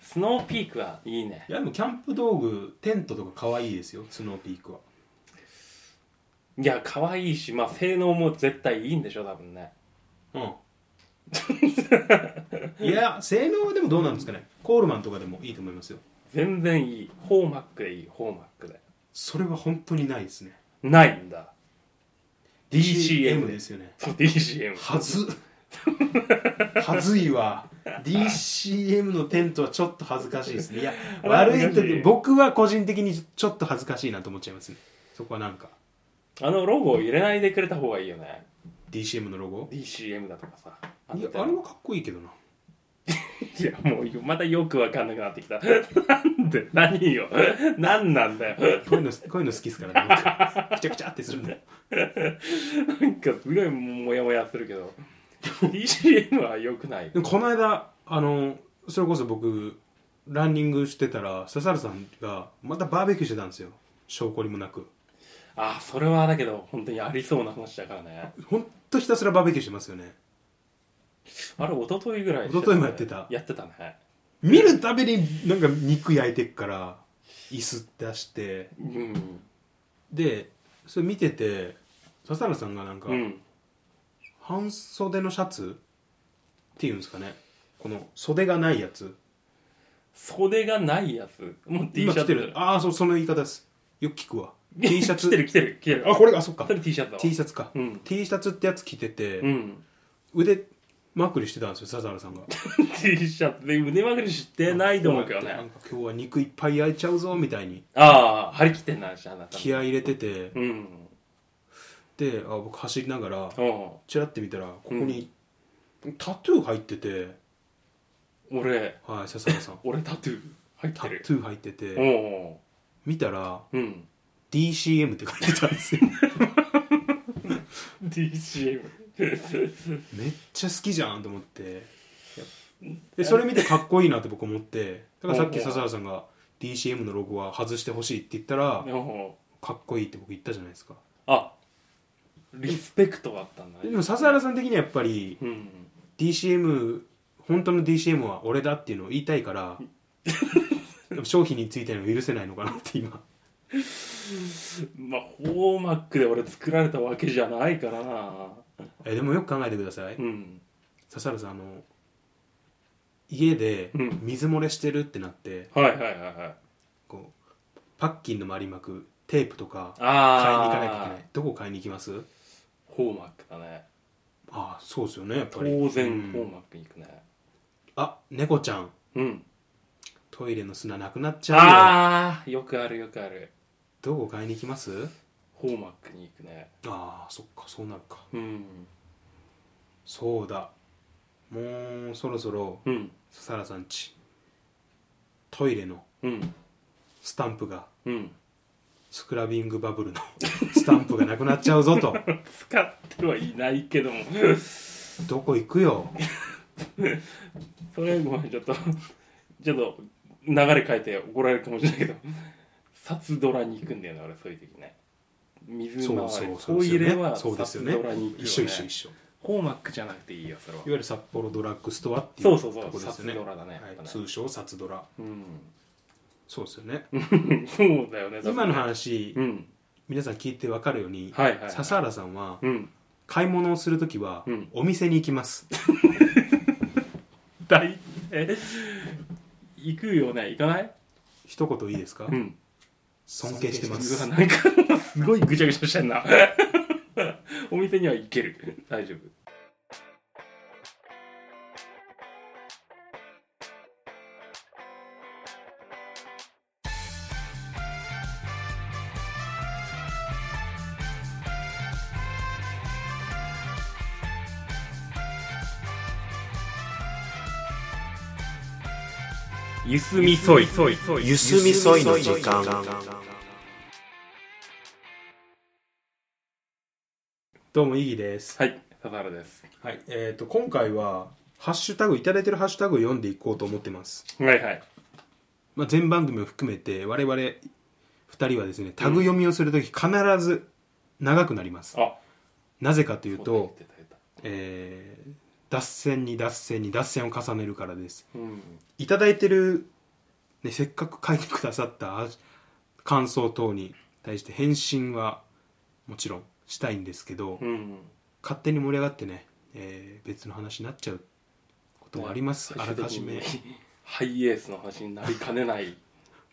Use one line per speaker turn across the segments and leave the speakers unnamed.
スノーピークはいいね
いやでもキャンプ道具テントとか可愛いですよスノーピークはい
や可愛いしまあ性能も絶対いいんでしょ多分ね
うんいや性能はでもどうなんですかねコールマンとかでもいいと思いますよ
全然いいホーマックでいいホーマックで
それは本当にないですね
ないんだ DCM
ですよね
そう DCM
はずはずいわ DCM のテントはちょっと恥ずかしいですねいや悪い
恥ずかし
時
い
僕は個人的にちょっと恥ずかしいなと思っちゃいますねそこはなんか
あのロゴを入れないでくれた方がいいよね
DCM のロゴ
DCM だとかさ
いやあれはかっこいいけどない
やもうまたよくわかんなくなってきたなんで何よ何なんだよ
こういうのこういうの好きですからね僕くちゃくちゃってするんだよ
なんかすごいモヤモヤするけど DCM は良くない
でもこの間あのそれこそ僕ランニングしてたら笹原さんがまたバーベキューしてたんですよ証拠にもなく
あそれはだけど本当にありそうな話だからね
ほんとひたすらバーベキューしてますよね
あれ一昨日ぐらい
一昨日もやってた
やってたね
見るたびになんか肉焼いてっから椅子出して
うん
でそれ見てて笹原さんがなんか、
うん
半袖のシャツっていうんですかねこの袖がないやつ
袖がないやつもう T
今
シャツ
着てるああそうその言い方ですよく聞 くわ T シャツ
着てる着てる着てる
あこれあそ っか
それ T シャツだわ
T シャツか、
うん
T シャツってやつ着てて、
うん
腕まくりしてたんですよ笹原さんが
T シャツで腕まくりして ないと思うけど
な
ね
んか今日は肉いっぱい焼いちゃうぞみたいに
ああ張り切ってんなしあなた
気合い入れてて
うん
であ僕走りながら
うん
チラって見たらここにタトゥー入ってて、
俺
はい 笹原さん
俺タトゥー入っ
タ
て
トゥ
る
ー入って
う
て
ん
見たら
うん
DCM って書いてた んですよ
DCM
めっちゃ好きじゃんと思ってでそれ見てかっこいいなって僕思ってだからさっき笹原さんが DCM のロゴは外してほしいって言ったら
うん
かっこいいって僕言ったじゃないですか
あリスペクトだったんだ
で
ね
も笹原さん的にはやっぱり
うん
DCM 本当の DCM は俺だっていうのを言いたいからでも商品についての許せないのかなって今
まあホーマックで俺作られたわけじゃないからな
えでもよく考えてください
うん
笹原さんあの家で
うん
水漏れしてるってなって
はいはいはいはい
こうパッキンの周り巻くテープとか買いに行
ああ
かなきゃいけないどこ買いに行きます
ホーマックだね
ああそうですよねやっぱり
当
う
然
ん
ホーマックに行くね
あ猫ちゃん
うん
トイレの砂なくなっちゃうよ
ああよくあるよくある
どこ買いに行きます
ホーマックに行くね
ああそっかそうなるか
うん
そうだもうそろそろ
うん
笹原さんちトイレの
うん
スタンプが
うん
スクラビングバブ ルのスタンプがなくなっちゃうぞと
使ってはいないけども
どこ行くよ
それごめんちょっとちょっと流れ変えて怒られるかもしれないけど札ドラに行くんだよね俺そういう時ね水回りトイレは
そうです
札
よ
ド
ね
ラに行くよ、ね、
一緒一緒一緒い
ホーマックじゃなくていいよそれは
わゆる札幌ドラッグストアってい
そう
う
そうそう
とこですよね
札ドラだねやっぱ
はい
ね
通称札ドラ
うん
そうですよね
そうだよねだ
今の
ってね
話
うん
皆さん聞いて分かるように
はいはいはい
笹原さんは
うん
買い物をするときは
うん
お店に行きます
大え行くよね行かない
一言いいですか
うん
尊敬してます
うわなんかすごいぐちゃぐちゃしてんなお店には行ける大丈夫ゆすみそいそいそい
ゆすみそいの時間
どうもイギです
はい、笹原です。
はいえっと今回はハッシュタグいただいてるハッシュタグを読んでいこうと思ってます
はいはい。
まあ、全番組を含めて我々2人はですねタグ読みをするとき必ず長くなります、
あ、
なぜかという
そうだ言っ
と、
てた言ってた
えー脱線に脱線に脱線を重ねるからです
うん、
いただいてるね、せっかく書いてくださった感想等に対して返信はもちろんしたいんですけど、
うん
勝手に盛り上がってね、えー別の話になっちゃうことはあります、
最
あら
終
か
的
じ
に
め
ハイエースの話になりかねない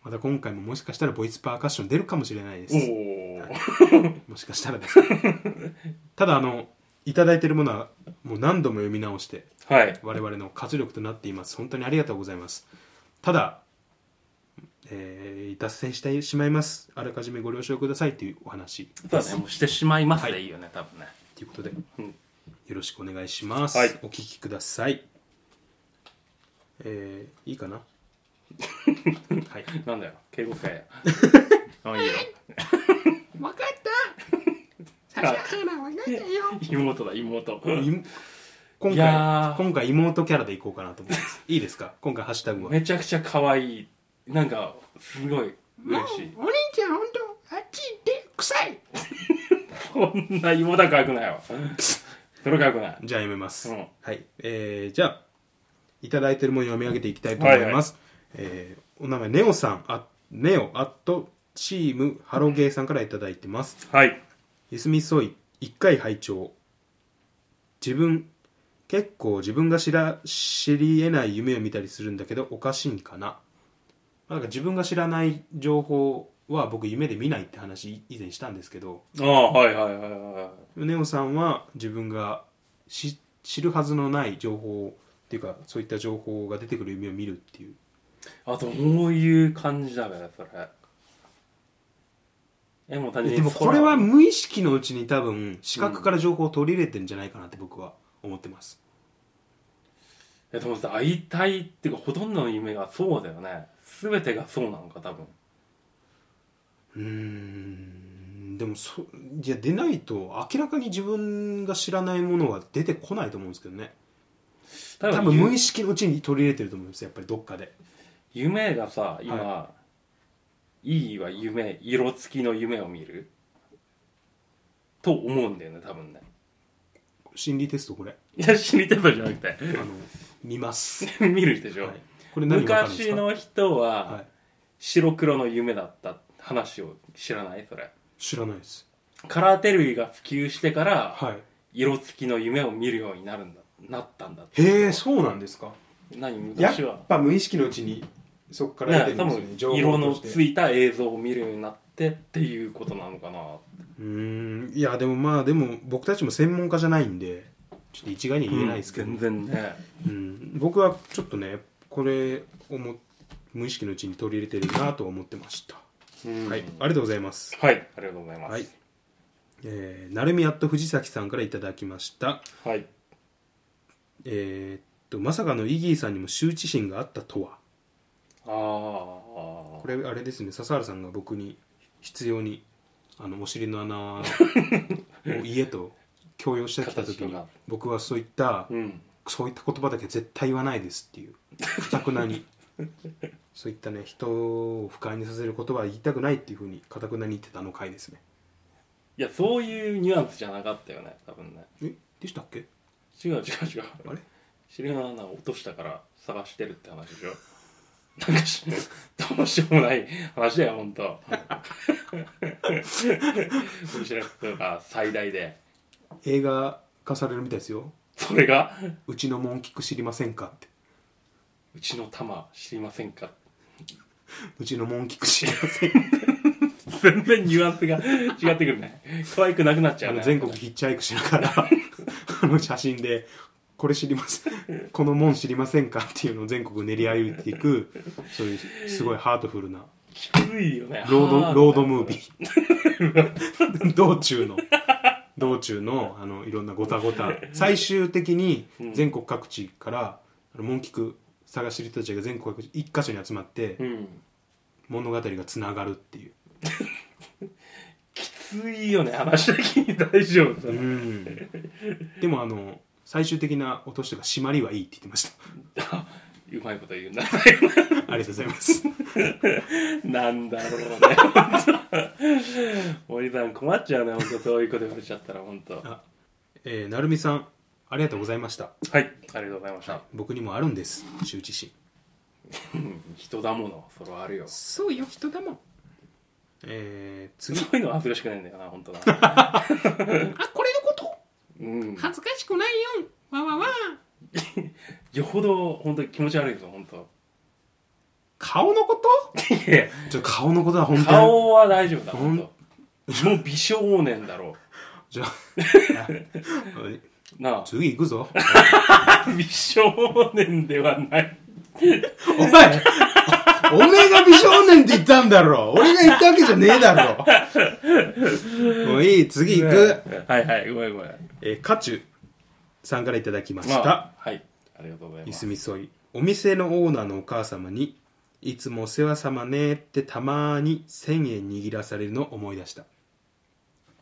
また今回ももしかしたらボイスパーカッション出るかもしれないで
お
す
お
もしかしたら ですけどただあのいただいてるものはもう何度も読み直して
はい
我々の活力となっています本当にありがとうございますただ、えー脱線してしまいますあらかじめご了承くださいというお話
そ
で
う
す
だねもうしてしまいますで、
はい
いいよね多分ね
ということで、
うん
よろしくお願いします、
はい
お聞きくださいえー、いい かなはい
なんだよ敬語か やあいいよ
分かった
指
原分かったよ
妹だ妹
今
いや
回
ー
今回妹キャラでいこうかなと思いますいいですか今回ハッシュタグは
めちゃくちゃ可愛いなんかすごい嬉しい
お兄ちゃん本当あっち行って臭い
こんな芋だかくないわそれかくない
じゃあやめます、
うん
はいえー、じゃあいただいてるもの読み上げていきたいと思います、えーお名前ネオさんあネオアットチームハロゲーさんからいただいてます
はい
ゆすみそい一回拝聴自分結構自分が知ら知り得ない夢を見たりするんだけどおかしいんかなまあなんか自分が知らない情報は僕夢で見ないって話以前したんですけど
ああはいはいはいは
ネオさんは自分が知知るはずのない情報っていうかそういった情報が出てくる夢を見るっていう
いあとこういう感じだからそれえもう単純
で
に
もこれは
空
無意識のうちに多分視覚から情報を取り入れてんじゃないかなって僕は思ってます、
えでもさ大体っていうかほとんどの夢がそうだよね全てがそうなのか多分
うーんでもそいや出ないと明らかに自分が知らないものは出てこないと思うんですけどね
多
多分無意識のうちに取り入れてると思うんですやっぱりどっかで
夢がさ今、い、いは夢色付きの夢を見ると思うんだよね多分ね
心理テストこれ
いや死にてたじゃなくて
あの見ます、
見るでしょ、
はい、これ何わかるんです
昔
か、
の人
は、
はい白黒の夢だった話を知らないそれ
知らないです
カラーテレビが普及してから
はい
色付きの夢を見るようになるんだなったんだって
へえそうなんですか
何
や
昔は
っぱ無意識のうちにそこから
ね
出て
多
るんです
分
よね情報
色の
として
ついた映像を見るようになってっていうことなのかな
うーんいやでもまあでも僕たちも専門家じゃないんでちょっと一概には言えないですけど、
うん全然ね
うん、僕はちょっとねこれをも無意識のうちに取り入れてるなと思ってました、
うん
はいありがとうございます
はい、ありがとうございます。
はい、えー、なるみやっと藤崎さんからいただきました
はい、
えーっとまさかのイギーさんにも羞恥心があったとは
ああ
こ、れあれですね笹原さんが僕に必要にあのお尻 の穴を家と強要してきた時
形と
に
か
僕はそういった
うん、
そういった言葉だけ絶対言わないですっていうかたく なにそういったね人を不快にさせる言葉は言いたくないっていうふうにかたくなに言ってたあの回ですね
いや、そういうニュアンスじゃなかったよね、多分ね。
えでしたっけ
違う違う違う。
あれ
尻の穴を落としたから探してるって話でしょ。なんかし、どうしようもない話だよ、ほんと。面白いことが最大で。
映画化されるみたいですよ
それが、
「うちのモンキク知りませんか?」って
うちの玉知りませんか
「うちのモンキク知りませんか
全然ニュアンスが違ってくるね。可愛くなくなっちゃ
あ
うね
の。全国ヒッチハイクしながら あの写真で「これ知りませんこの門知りませんか?」っていうのを全国練り歩いていくそういうすごいハートフルな
きついよね。
ロー
あ
ドロードムービー 道中の道中のあのいろんなごたごた最終的に全国各地から、あのモンキク探してる人たちが全国各地一箇所に集まって
うん。
物語がつながるっていう
きついよね話だけに大丈夫だ、
うんでもあの最終的な落としとか締まりはいいって言ってました
あ うまいこと言うな
ありがとうございます。
なんだろうね おじさん困っちゃうね本当そういうこと言われちゃったら本当は
あえーなるみさん、ありがとうございました。
いありがとうございました、
僕にもあるんです、羞恥心。
人だものそれはあるよそ
そうよ人だもんえー、次
ういうのは恥ずかしくないんだよな本当な
あこれのこと
うん
恥ずかしくないよわわわ
よほど本当に気持ち悪いぞ本当
顔のこと
いやい
ちょっと顔のことは本当
や
に
顔は大丈夫だ
ほん
本当もう美少年だろ
じゃあ
うなあ
次行くぞ
美少年ではない
お前俺が美少年って言ったんだろ俺が言ったわけじゃねえだろもういい次行く、
はいはいごめんごめん
えー、カチュさんからいただきました、
まあはいありがとうござい
い
ます
みそいお店のオーナーのお母様に「いつもお世話様ね」ってたまに1,000円握らされるのを思い出した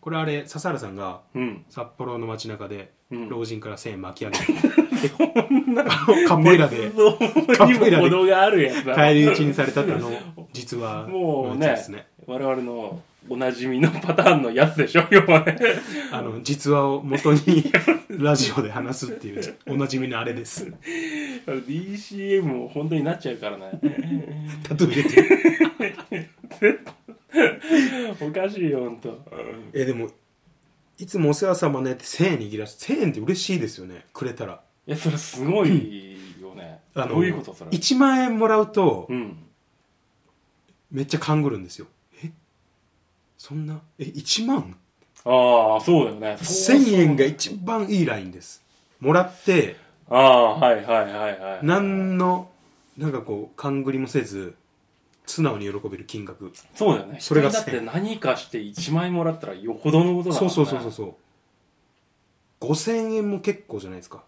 これあれ笹原さんが
うん
札幌の街中で
うん
老人から1,000円巻き上げて、 あのカポエラで
そうにも程があるやつだ
帰り討ちにされたってあの実は
もう
のや
ね
つですね
我々のおなじみのパターンのやつでしょ要はね
あの実話を元にラジオで話すっていうおなじみのあれです
DCM も本当になっちゃうからね
タトゥー入れて
おかしいよ本当
えでもいつもお世話様ねって1000円握らせて1000円って嬉しいですよねくれたら
いやそれすごいよね
あの
どういうことそれ
1万円もらうと
うん
めっちゃ勘ぐるんですよえそんなえ1万
ああそうだよねそうそう
1000円が一番いいラインですもらって
ああはいはいはいはい
何のなんかこう勘ぐりもせず素直に喜べる金額
そうだよね
それが
人にだって何かして1万円もらったらよほどのことだ
そうそうそうそう
そう
そう5000円も結構じゃないですか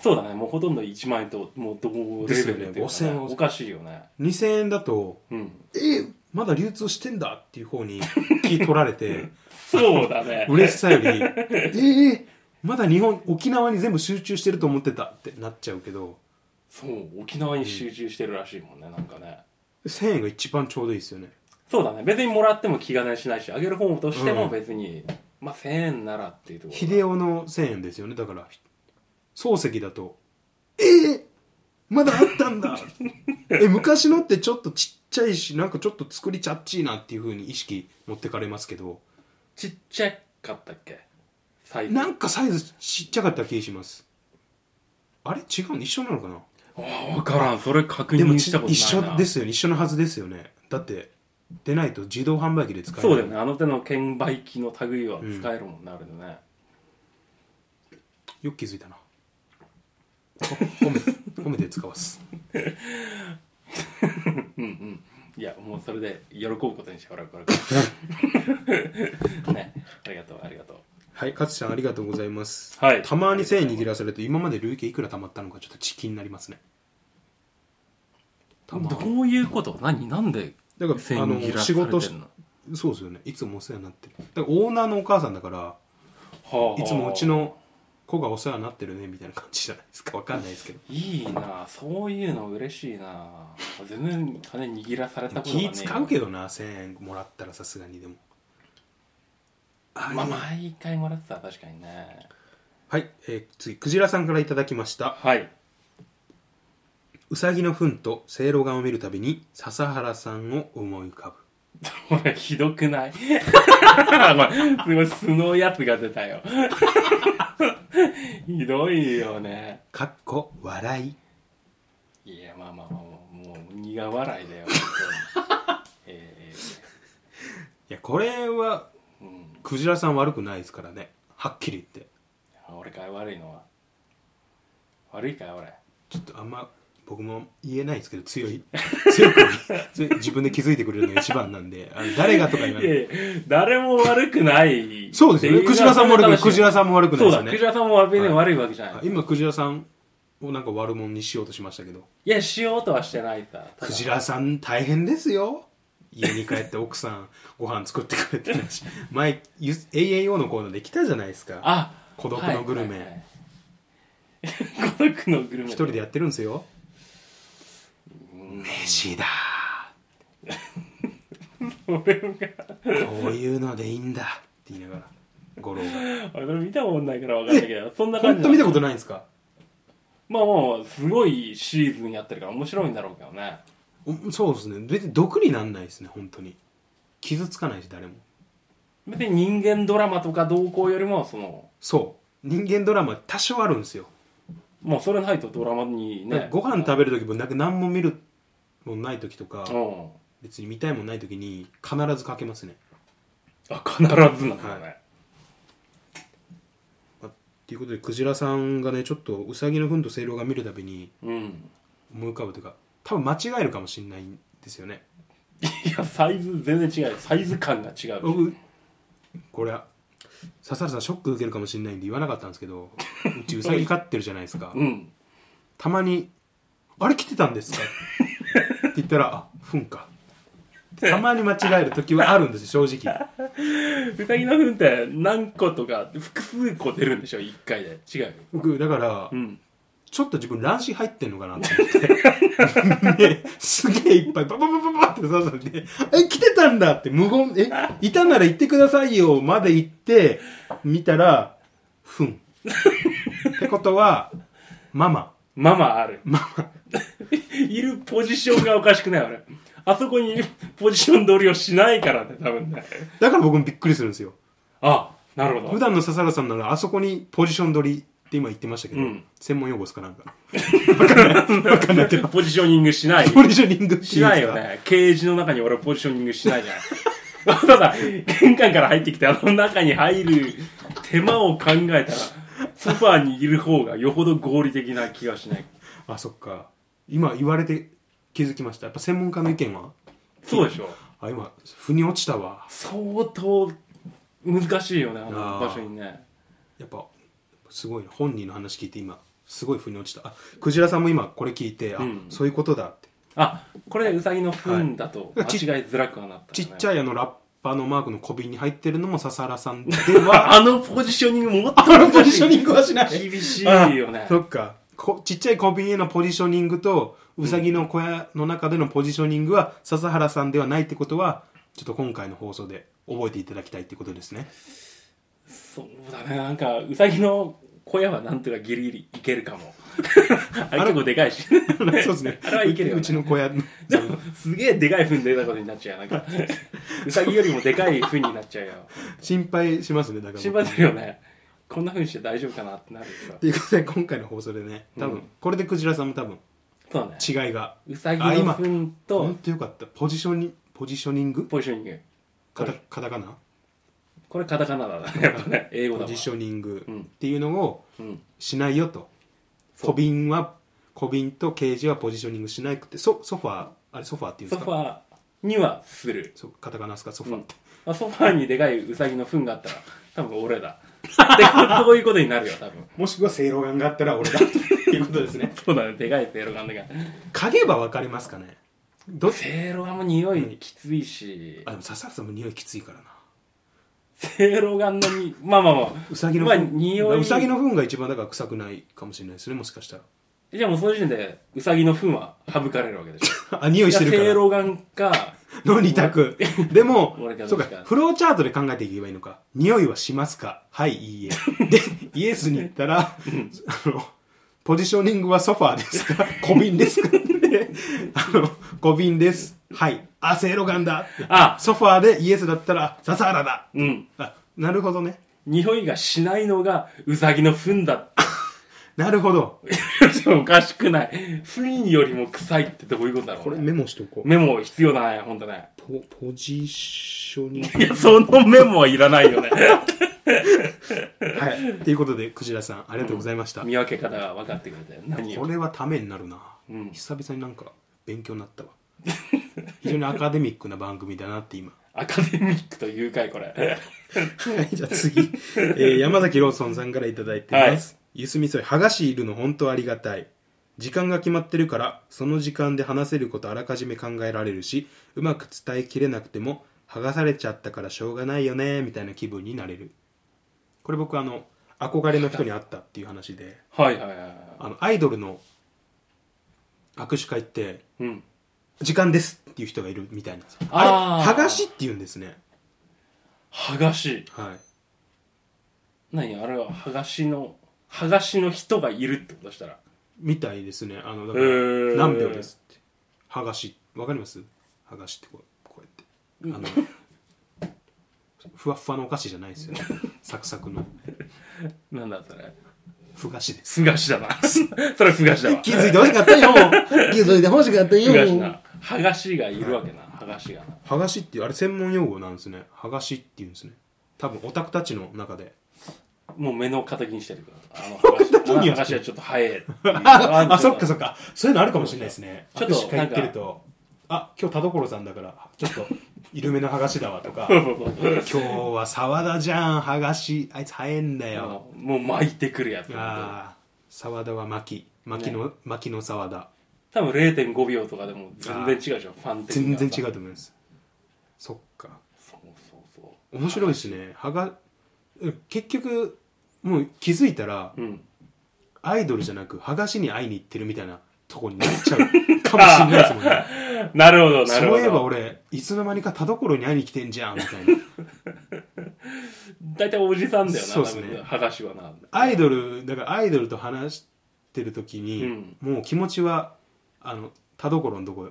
そうだねもうほとんど1万円ともう同レベルっていう
ですよね5000
か
は
おかしいよね
2000円だと
うん
えまだ流通してんだっていう方に気取ら れて
そうだ ね
嬉しさよりえー、まだ日本沖縄に全部集中してると思ってたってなっちゃうけど
そう沖縄に集中してるらしいもんねなんかね
1000円が一番ちょうどいいですよね
そうだね別にもらっても気兼ねしないしあげる方として
う
も
ん
別に、まあ1000円ならっていうところ
秀夫の1000円ですよねだから漱石だとえー、まだあったんだえ昔のってちょっとちっちゃいしなんかちょっと作りちゃっちいなっていう風に意識持ってかれますけど
ちっちゃかったっけサイズ
なんかサイズちっちゃかった気がしますあれ違うの一緒なのかな
分からんそれ確
でも
認
ち
したことないな
一緒ですよね一緒のはずですよねだって出ないと自動販売機で使えない
そうだよねあの手の券売機の類は使えるもんな、あれでね
よく気づいたな 褒め褒めて使わす
うんうんいやもうそれで喜ぶことにしてもらうから ねありがとうありがとう
はい勝ちゃんありがとうございます
はい
たまに1000円握らされると今まで累計いくら貯まったのかちょっとチキになりますねたま
どういうこと何なんで
だからあ
千切
の
ら
仕
されてんの
事しそうですよねいつもお世話になってるだからオーナーのお母さんだから
はあ
いつもうちの子がお世話になってるねみたいな感じじゃないですかわかんないですけど
いいなそういうの嬉しいな全然金握らされたことがね
気使うけどな1000円もらったらさすがにでもあ
まあ
いや
毎回もらってたら確かにね
はい、えー次クジラさんからいただきました
はいう
さぎの糞とせいろがを見るたびに笹原さんを思い浮か
これひどくない ごめんすごい素のやつが出たよ ひどいよね
ぶかっこ笑い
いやまあまあまあもうもう苦笑いだよ え
いやこれは
ーうん、
クジラさん悪くないですからねはっきり言って
俺かい悪いのは悪いかい俺
ちょっとあんま僕も言えないですけど強い強く 強い自分で気づいてくれるのが一番なんであの誰がとか言わない
いやいや誰も悪くない
そうですよねクジラさんも悪くないクジラさんも悪くない
そう
です
だ
よね
クジラさんも悪い,、
はい
悪いわけじゃない、
あ
い、
今クジラさんをなんか悪者にしようとしましたけど
やしようとはしてないさただ
クジラさん大変ですよ家に帰って奥さん ご飯作ってくれてたし前ゆ AAO のコーナーで来たじゃないですか
あ
孤独のグルメ
はいはいはい孤独のグルメ
一人でやってるんですよ
うん
飯だ
俺が
こういうのでいいんだって言いながら五郎が
俺見たことないから分かんないけどそんな
ほ
感じ
んと見た
こ
ことないんですか
まあまあまあすごいシリーズにやってるから面白いんだろうけどね
おそうですね別に毒になんないですね本当に傷つかないし誰も
別に人間ドラマとか動向よりもその
そう人間ドラマ多少あるんですよ、
まあそれないとドラマにね
ご飯食べる時もなく何も見るもんない時とか、
うん
別に見たいもんない時に必ずかけますね
あ必ずなんだね、
ということでクジラさんがねちょっとウサギの糞とセイロウが見るたびに
うん
思い浮かぶというか多分間違えるかもしれないんですよね
いやサイズ全然違うサイズ感が違う
僕これ笹原さんショック受けるかもしれないんで言わなかったんですけどうちウサギ飼ってるじゃないですか
うん
たまに「あれ来てたんですか?」って言ったら「あ糞か」たまに間違える時はあるんですよ正直
うさぎの糞って何個とか複数個出るんでしょ一回で違うよ
僕だから
うん
ちょっと自分乱視入ってんのかなと思って。 ですげえいっぱい、バババババって刺されて、え、来てたんだって無言、え、いたなら行ってくださいよまで行って、見たら、ふん。ってことは、ママ。
ママある
ママ。
いるポジションがおかしくない俺あそこにポジション取りをしないからね多分ね
だから僕もびっくりするんですよ。
あなるほ
普
ど
段の笹原さんならあそこにポジション取りって今言ってましたけど、
うん
専門用語ですかなんか。わかんない。わかんないけど。
ポジショニングしない
ポジショニングって
し
言うん
な
で
い
す
よ
か
ねケージの中に俺はポジショニングしないじゃんただ玄関から入ってきてあの中に入る手間を考えたらソファーにいる方がよほど合理的な気がしない
あ、そっか。今言われて気づきました。やっぱ専門家の意見は
そうでしょ
あ今腑に落ちたわ
相当難しいよねあの
あー
場所にね
やっぱすごいな本人の話聞いて今すごい腑に落ちたあクジラさんも今これ聞いて、
うん
あそういうことだって
あこれウサギの糞だと間違いづらくはなった
ち
よね、
っちゃいあのラッパのマークの小瓶に入ってるのも笹原さんでは
あのポジショニングもっと
あのポジショニングはしない
厳しいよね
あそっかこちっちゃい小瓶へのポジショニングとうさぎの小屋の中でのポジショニングは笹原さんではないってことはちょっと今回の放送で覚えていただきたいってことですね
そうだねなんかウサギの小屋はなんとかギリギリいけるか もあれ結構でかいし
そうですね
あれはいけるよね
うちの小屋の
でもすげえでかい糞出たことになっちゃうよなんかウサギよりもでかい糞になっ ちゃうよ
心配しますねだから 僕
心配するよねこんな糞して大丈夫かなってなるでしょ
ということで今回の放送でね多分、
うん
これでクジラさんも多分
そうね
違いが
ウサギ
あ
の
今
糞
ほん
と
とよかったポジショニポジショニング
ポジショニング
カタ
はい
カタカナ
これカタカナだねやっぱね英語だ
ポ
わ
ジショニング
うん
っていうのを
うん
しないよと、
そう
小瓶は小瓶とケージはポジショニングしなくてソソファーあれソファーっていうんで
ソ
す
フ
か
ァーにはする
そうカタカナですかソファーって、
あソファーにでかいウサギの糞があったら多分俺だでそういうことになるよ多分
もしくは正露丸があったら俺だっていうことです ね
そうだねでかいセイロガンだから
嗅げば分かりますかねどっち
セイロガンも匂いきついし
あでも笹原さんも匂いきついからな
セイロガンのにまあまあまあ
うさぎの
まあ
糞、
匂い
うさぎの糞が一番だから臭くないかもしれないですねもしかしたら
じゃあもうその時点でウサギの糞は省かれるわけでしょ
あ匂いしてるから
セイロガンか
の 二択。でも
俺か、ら
そうか
どっちか、
フローチャートで考えていけばいいのか。匂いはしますかはい、いい え。で、イエスに言ったら、あの、ポジショニングはソファーで すか小瓶ですかで、あの、小瓶です。はい。あ、セいろがんだ。
あ
ソファーでイエスだったら、笹原だ。
うん
あ、なるほどね。
匂いがしないのがウサギの糞だって
なるほど。
おかしくない糞よりも臭いってどういうことだろう、ね、
これメモしとこう。
メモ必要だねほんとね
ポポジショニン グ。
いやそのメモはいらないよね
はい。ということで、クジラさん、ありがとうございました。
見分け方が分かってくれて何
こ
を
れはためになるな、
うん
久々になんか勉強になったわ 非常にアカデミックな番組だなって今
アカデミックというかいこれ
はい じゃあ次、えー山崎ローソンさんから頂いただいてます、ゆすみそい剥がしいるの本当ありがたい時間が決まってるからその時間で話せることあらかじめ考えられるしうまく伝えきれなくても剥がされちゃったからしょうがないよねみたいな気分になれるこれ僕あの憧れの人に会ったっていう話で
はいはいはいはい
あのアイドルの握手会って
うん
時間ですっていう人がいるみたいなんですよ
あ
あ
ー
れ剥がしって言うんですね
剥がし
はい
何あれは剥がしの剥がしの人がいるってことしたら
みたいですねあのだ
へ
から
ー
何秒ですって剥がしわかります剥がしってこうこうやってあのふわっふわのお菓子じゃないですよ ねサクサクの
なんだそれ
ふがしです
すがしだな それはすがしだわ
気づいてほしかったよ 気づいてほしかった
すがし
よ
な剥がしがいるわけな剥がしがな
剥がしっていうあれ専門用語なんですね剥がしっていうんですね多分オタクたちの中で
もう目の敵にしてるからあの剥が しあの
に
剥
は
がし
し
てはちょっと早い
ああそっかそっかそういうのあるかもしれないですね
ちょっ
握
と
手会行ってるとあ今日田所さんだからちょっと緩めの剥がしだわとか
そうそうそう
今日は沢田じゃん剥がしあいつ早えんだ
あ
よ
のもう巻いてくるやつ
ああ沢田は巻き巻きの、巻きの沢田
多分0.5秒とかでも全然違うでしょファン的に
全
はさ
然違うと思いますそっか
そうそうそ
面白いですねはがうん結局もう気づいたら
ううん
アイドルじゃなくはがしに会いに行ってるみたいなとこになっちゃうかもしれないですもんね
なるほどなるほど
そういえば俺いつの間にか田所に会いに来てんじゃんみたいな
大体おじさんだよな
そうっすね
多分剥がしはな
アイドルだからアイドルと話してる時に、
うん
もう気持ちはあの田所のとこ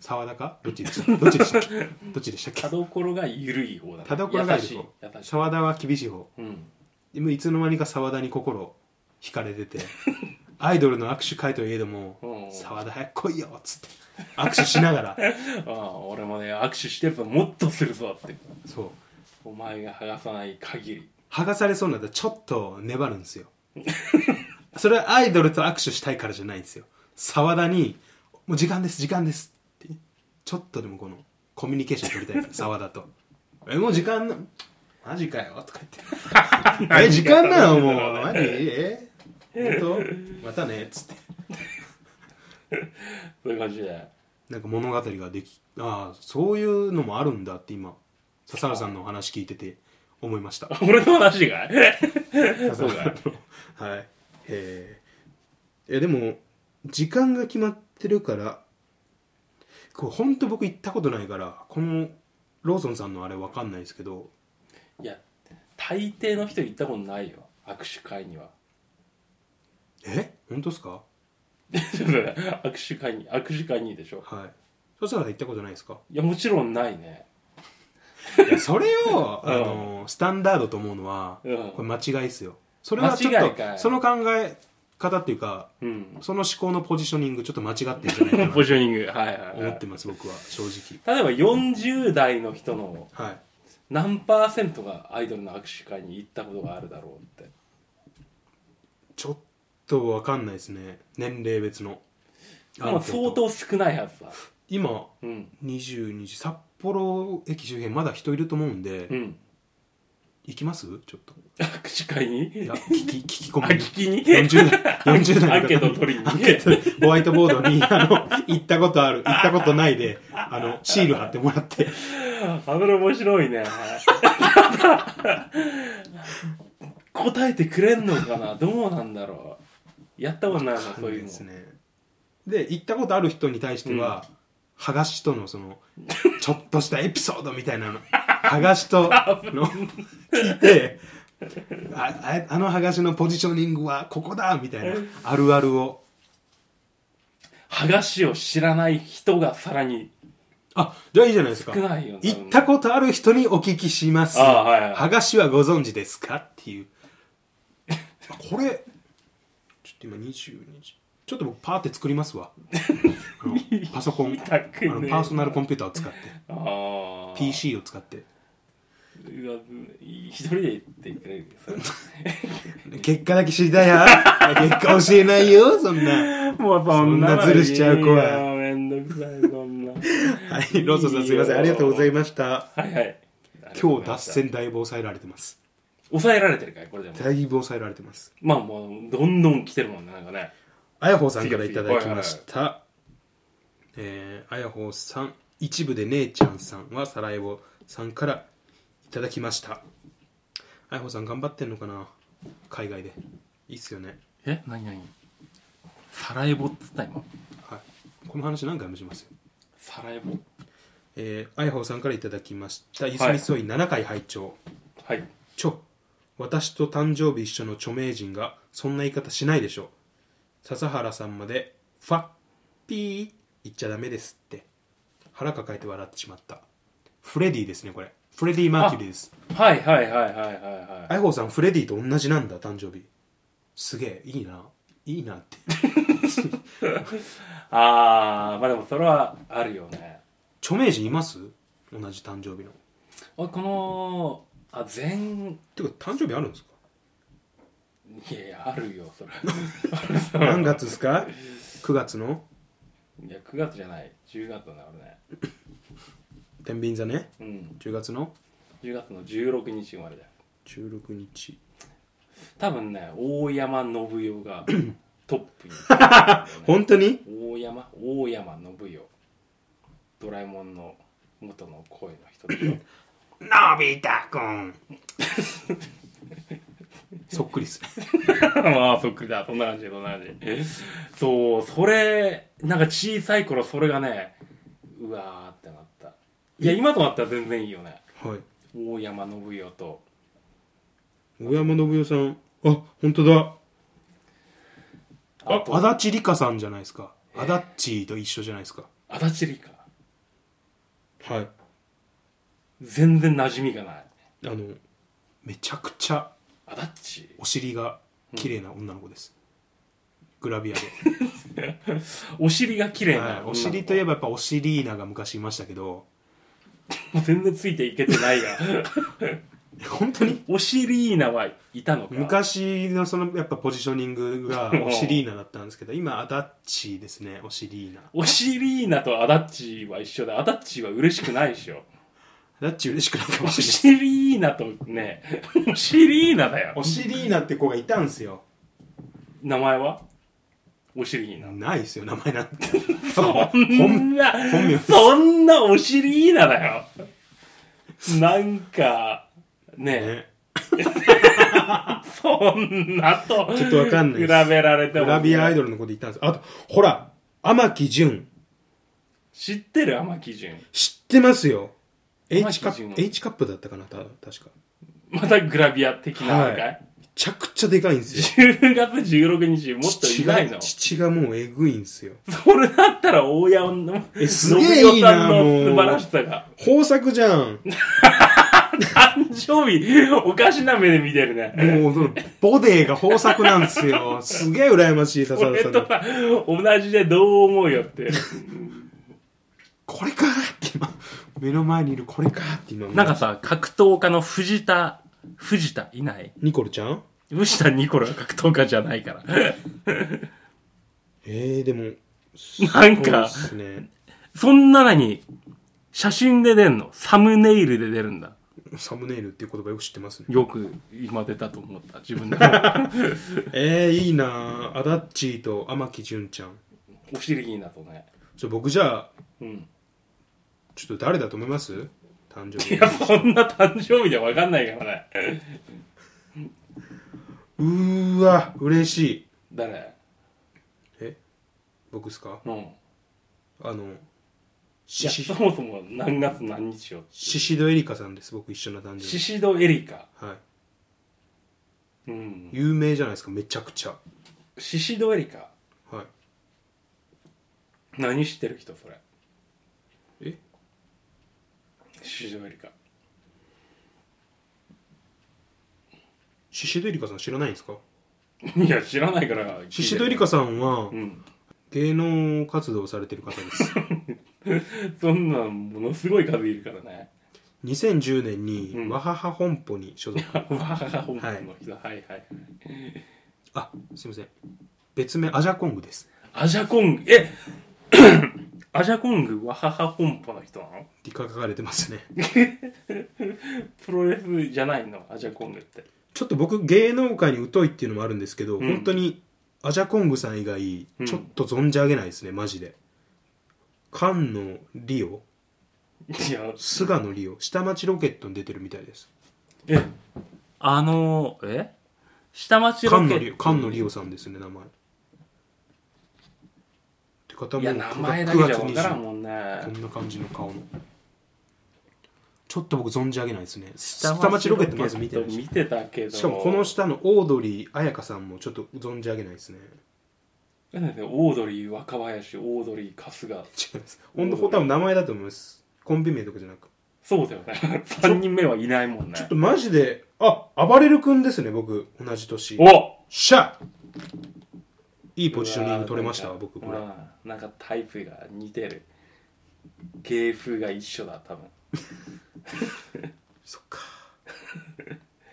沢田かどっち でしたどっちでしたっけどっちでしたっ
田
け
所が緩い方だ
田所が
優
いる
しい
方
優しい
沢田は厳しい方
うん
でもいつの間にか沢田に心惹かれ ててアイドルの握手会といえども
う
「
ん
沢田早く来いよ」っつって握手しながら
ああ俺もね握手してるともっとするぞって
そう
お前が剥がさない限り
剥がされそうになったらちょっと粘るんですよそれはアイドルと握手したいからじゃないんですよ沢田に「もう時間です時間です」ってちょっとでもこのコミュニケーション取りたいんです 沢田と「えもう時間なマジかよ」とか言って え「時間なのもうマジえ本当またね」っつって
そういう感じで
なんか物語ができああそういうのもあるんだって今笹原さんのお話聞いてて思いました
俺の話がそうかい
はいへええでも時間が決まってるからこれ本当僕行ったことないからこのローソンさんのあれわかんないですけど
いや大抵の人行ったことないよ握手会には
え本当ですか
ちょっとね握手会に握手会にでしょ
はい笹原さん行ったことないですか
いやもちろんないね
いやそれ をあの、スタンダードと思うのは
うん
これ間違いですよそれはちょ
間違
っ
いか
と
い
その考え方っていうか
うん
その思考のポジショニングちょっと間違ってるんじゃないか
ポ
な
ジショニングはいはい、はい、
思ってます僕は正直
例えば40代の人の
はい
何パーセントがアイドルの握手会に行ったことがあるだろうって
ちょっとわかんないですね年齢別のアンケ
まあ
ート
相当少ないはずだ
今
うん
22時札幌駅周辺まだ人いると思うんで、
うん
行きますちょっと
握手会
い
に
や聞き聞き込
あ
みに
聞きに
40代40代
アンケートを取りに
アンケートホワイトボードにあの行ったことある行ったことないであのシール貼ってもらって
あれ面白いね 答えてくれんのかなどうなんだろうやったことないなそういうの
ですねで行ったことある人に対しては、剥がしとの そのちょっとしたエピソードみたいなの剥がしとの聞いてあああの剥がしのポジショニングはここだみたいなあるあるを
剥がしを知らない人がさらに
あじゃあいいじゃないですか
少ないよね
行ったことある人にお聞きします
ああはいはい
剥がしはご存知ですかっていうあこれちょっと今22時ちょっと僕パーって作りますわあの パソコン
痛く
あの
ね
パーソナルコンピューターを使って
あー
PC を使って
うわ一人で行ってくれるそれ
結果だけ知りたいや 結果教えないよそんな
もう
そんなズルしちゃう子はい
やめんどくさいそんなは
はいローソンさんすいませんありがとうございました
はいはい
今日脱線だいぶ抑えられてます
抑えられてるかいこれでも
だいぶ抑えられてます
まあもうどんどん来てるもんねなんかね
あやほうさんからいただきましたえーあやほうさん一部で姉ちゃんさんはサラエボさんからいただきましたあやほうさん頑張ってんのかな海外でいいっすよね
え何何サラエボっつった今
はいこの話何回もしますよ
サラエボ
えー、あやほうさんからいただきました「いすみそい7回拝聴、
はい
ちょ私と誕生日一緒の著名人がそんな言い方しないでしょ笹原さんまで「ファッピー」言っちゃダメですって腹抱えて笑ってしまったフレディですねこれフレディ・マーキュリーです
はいはいはいはいはいはい
アイホーさんフレディと同じなんだ誕生日すげえいいないいなって
あーまあでもそれはあるよね
著名人います同じ誕生日の
あこのあ全
てか誕生日あるんですか
いやいやあるよそれ
何月ですか9月の
いや9月じゃない10月だな俺ね
天秤座ね
うん
10月の
10月の16日生まれだよ
16日
多分ね大山信代 がトップに、
本当に
大山大山信代ドラえもんの元の声の人でしょ
のび太くん そっくりっすね
まあそっくりだそんな感じそんな感じそうそれなんか小さい頃それがねうわーってなったいや今となったら全然いいよね
はい
大山信代と
大山信代さんあ本当だ
あ
あ
と
足立梨花さんじゃないですか足立と一緒じゃないですか
足立梨花
はい
全然馴染みがない
あのめちゃくちゃ
足立
お尻が綺麗な女の子です、グラビ アで
お尻が綺麗
は、
ない女の子、
お尻といえばやっぱおシリーナが昔いましたけど
もう全然ついていけてないが
本当に
お尻ーナはいたのか
昔のそのやっぱポジショニン グがおシリーナだったんですけど今アダッチーですねおシリーナ
お尻ーナとアダッチーは一緒でアダッチーは嬉しくないで しょ
アダッチー嬉しくないか
お
もしれない
尻ーナとね お 尻ーナだよ
おシリーナって子がいたんですよ
名前はお尻ーナ
ないですよ名前なんて
そんな
本名
そんなお尻ーナだよなんかね
ね
そんなと
ちょっとわかんない
比べ
です
られて
グ
も
ラビアアイドルの子でいたんですあとほら天城純
知ってる天城純
知ってますよ H カ
天城
ッ
純
プ H カップだったかなた確か
またグラビア的なのかい、
は めちゃくちゃでかいんですよ
10月16日 もっといないの
父がもうえぐいんです よ
それだったら大山の
えすげえいい
信代さ
な
んの
もう
素晴らしさが
豊作じゃん
誕生日おかしな目で見てるね
もうそのボデーが豊作なんで すよすげえ羨ましい笹原
俺
さん
と
の
は同じでどう思うよって
これかって今目の前にいるこれかって今
なんかさ格闘家の藤田藤田いない
ニコルちゃん
藤田ニコルは格闘家じゃないから
えー、でも
なんか
そうですね
そんなのに写真で出んのサムネイルで出るんだ
サムネイルっていう言葉よく知ってますね
よく今出たと思った自分で も
えー、いいなあアダッチーと天城純ちゃん
お尻いいなとね
ちょ僕じゃあ
うん
ちょっと誰だと思います誕生
い
日
やそんな誕生日じゃ分かんないからね
うーわ嬉しい
誰
僕っすか
うん
あの
いや
しし
そもそも何月何日よ
シシドエリカさんです僕一緒な誕生
シ
日
シドエリカ
はい
うん
有名じゃないですかめちゃくちゃ
シシドエリカ
はい
何してる人それ
え
シシドエリカ
シシドエリカさん知らないんですか
いや知らないから
シシドエリカ
さ
さんは
うん
芸能活動をされてる方です
そんなんものすごい数いるからね
2010年に
ん
ワハハ本舗に所属、
わは本当の人はいはい
あすいません別名アジャコングです
アジャコングえ アジャコングワハハ本舗の人なの
って書かれてますね
プロレスじゃないのアジャコングって
ちょっと僕芸能界に疎いっていうのもあるんですけ
ん
ど、本当にアジャコングさん以外、
うん
ちょっと存じ上げないですねマジで菅野リオ
いや
菅野リオ下町ロケットに出てるみたいです
えあのえ下町
菅
ロケ
野
ッ
リオ
ト
菅野リオさんですね名前って方も
いや
9
名
月
前だけじゃ
9
分
月
から
20
んもん
こ
ね
んな感じの顔のちょっと僕存じ上げないですね下
下
町ロケットまず見てないし
見てたけど
しかもこの下のオードリー彩香さんもちょっと存じ上げないですね
だからねオードリー若林オードリー春日
違います温度法多分名前だと思いますコンビ名とかじゃなく
そうだよね3人目はいないもんね
ちょっとマジであ暴れる君ですね僕同じ年
お
しゃいいポジショニング取れましたわ
うわ
僕こ
う
れ
んなんかタイプが似てる芸風が一緒だ多分
そっか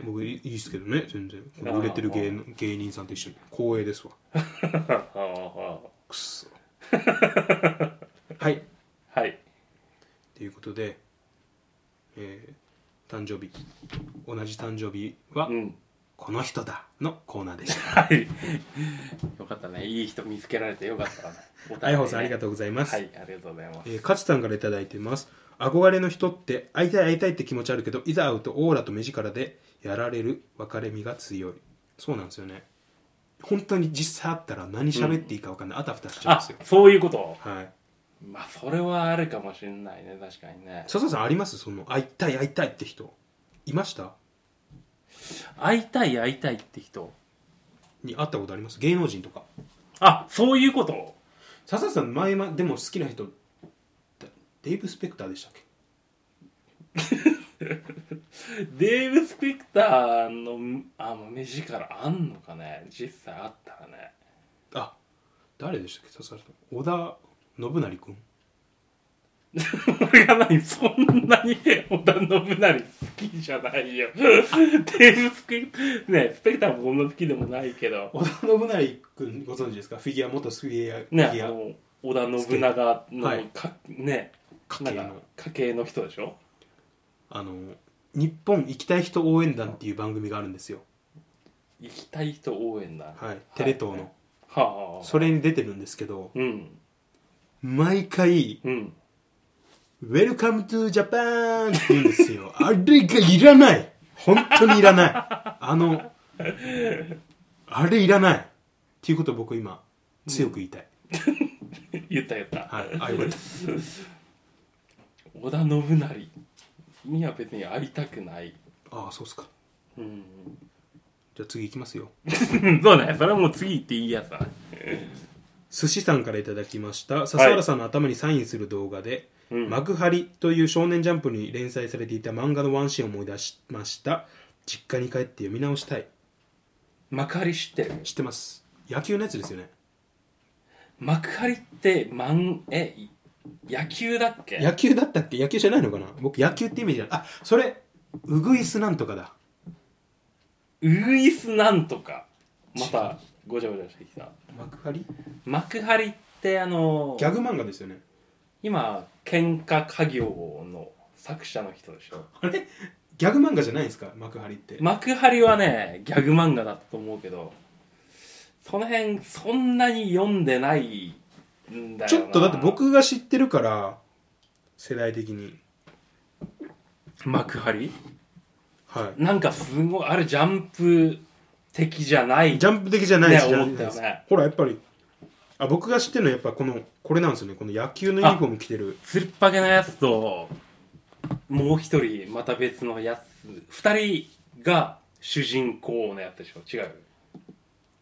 僕いいいですけどね全然この売れてる芸の芸人さんと一緒に光栄ですわ
は
く っそはい
い
ということで、えー誕生日同じ誕生日は
うん
この人だのコーナーでした
はいよかったねいい人見つけられてよかったわねお互
大
い
宝さんありが
と
とうございます、
はいありがとうございます
えー勝さんから頂いいてます憧れの人って会いたい会いたいって気持ちあるけどいざ会うとオーラと目力でやられる分かれ身が強いそうなんですよね本当に実際会ったら何喋っていいか分かんない、あたふたしちゃうん
あ
ですよ
そういうこと
はい
まあそれはあるかもしれないね確かにね
笹さんありますその会いたい会いたいって人いました
会いたい会いたいって人
に会ったことあります芸能人とか
あそういうこと
笹さん前々でも好きな人だデイブ・スペクターでしたっけ
デーブ・スペクターのあの目力あんのかね実際あったらね
あ誰でしたっけ笹さん織田信成君
俺が何そんなに織田信成好きじゃないよデーブスペクねスペクターもこんな好きでもないけど
織田信成君ご存知ですかフィギュア元フィギュアフ
ね
ィギ
あ
ュア
の織田信長の、
はい
かねな
家系
んか
の
家系の人でしょ
あの日本行きたい人応援団っていう番組があるんですよ
行きたい人応援だは
はいテレ東の、
あはあ
それに出てるんですけど
うん
毎回
うん
「Welcome to Japan」って言うんですよ あれがいらない本当にいらないあのあれいらないっていうことを僕今強く言いたい、
言った言った
はいあよかった
織田信成には別に会いたくない
ああそうっすか
うん
じゃあ次行きますよ
そうねそれはもう次行っていいやつだね
寿司さんからいただきました笹原さんの頭にサインする動画で「
うん
幕張」という少年ジャンプに連載されていた漫画のワンシーンを思い出しました実家に帰って読み直したい
幕張知ってる
知ってます野球のやつですよね
幕張ってマンえい野球だっけ
野球だったっけ野球じゃないのかな僕野球ってイメージだあそれウグイスなんとかだ
ウグイスなんとかまたごちゃごちゃしてきた
幕張
幕張ってあの
ギャグ漫画ですよね
今喧嘩家業の作者の人でしょ
あれギャグ漫画じゃないんですか幕張って
幕張はねギャグ漫画だったと思うけどその辺そんなに読んでないんだよな
ちょっとだって僕が知ってるから世代的に
幕張
は
なんかすごいあれジャンプ的じゃない
いジャンプ的じゃないです
ね
ジャ
思
ン
っ
プ
たよ
的じゃない
ね
ですほらやっぱりあ僕が知ってるのはやっぱこのこれなんですよねこの野球のユニフォーム着てる
つるっぱげなやつともう一人また別のやつ二人が主人公のやつでしょ違う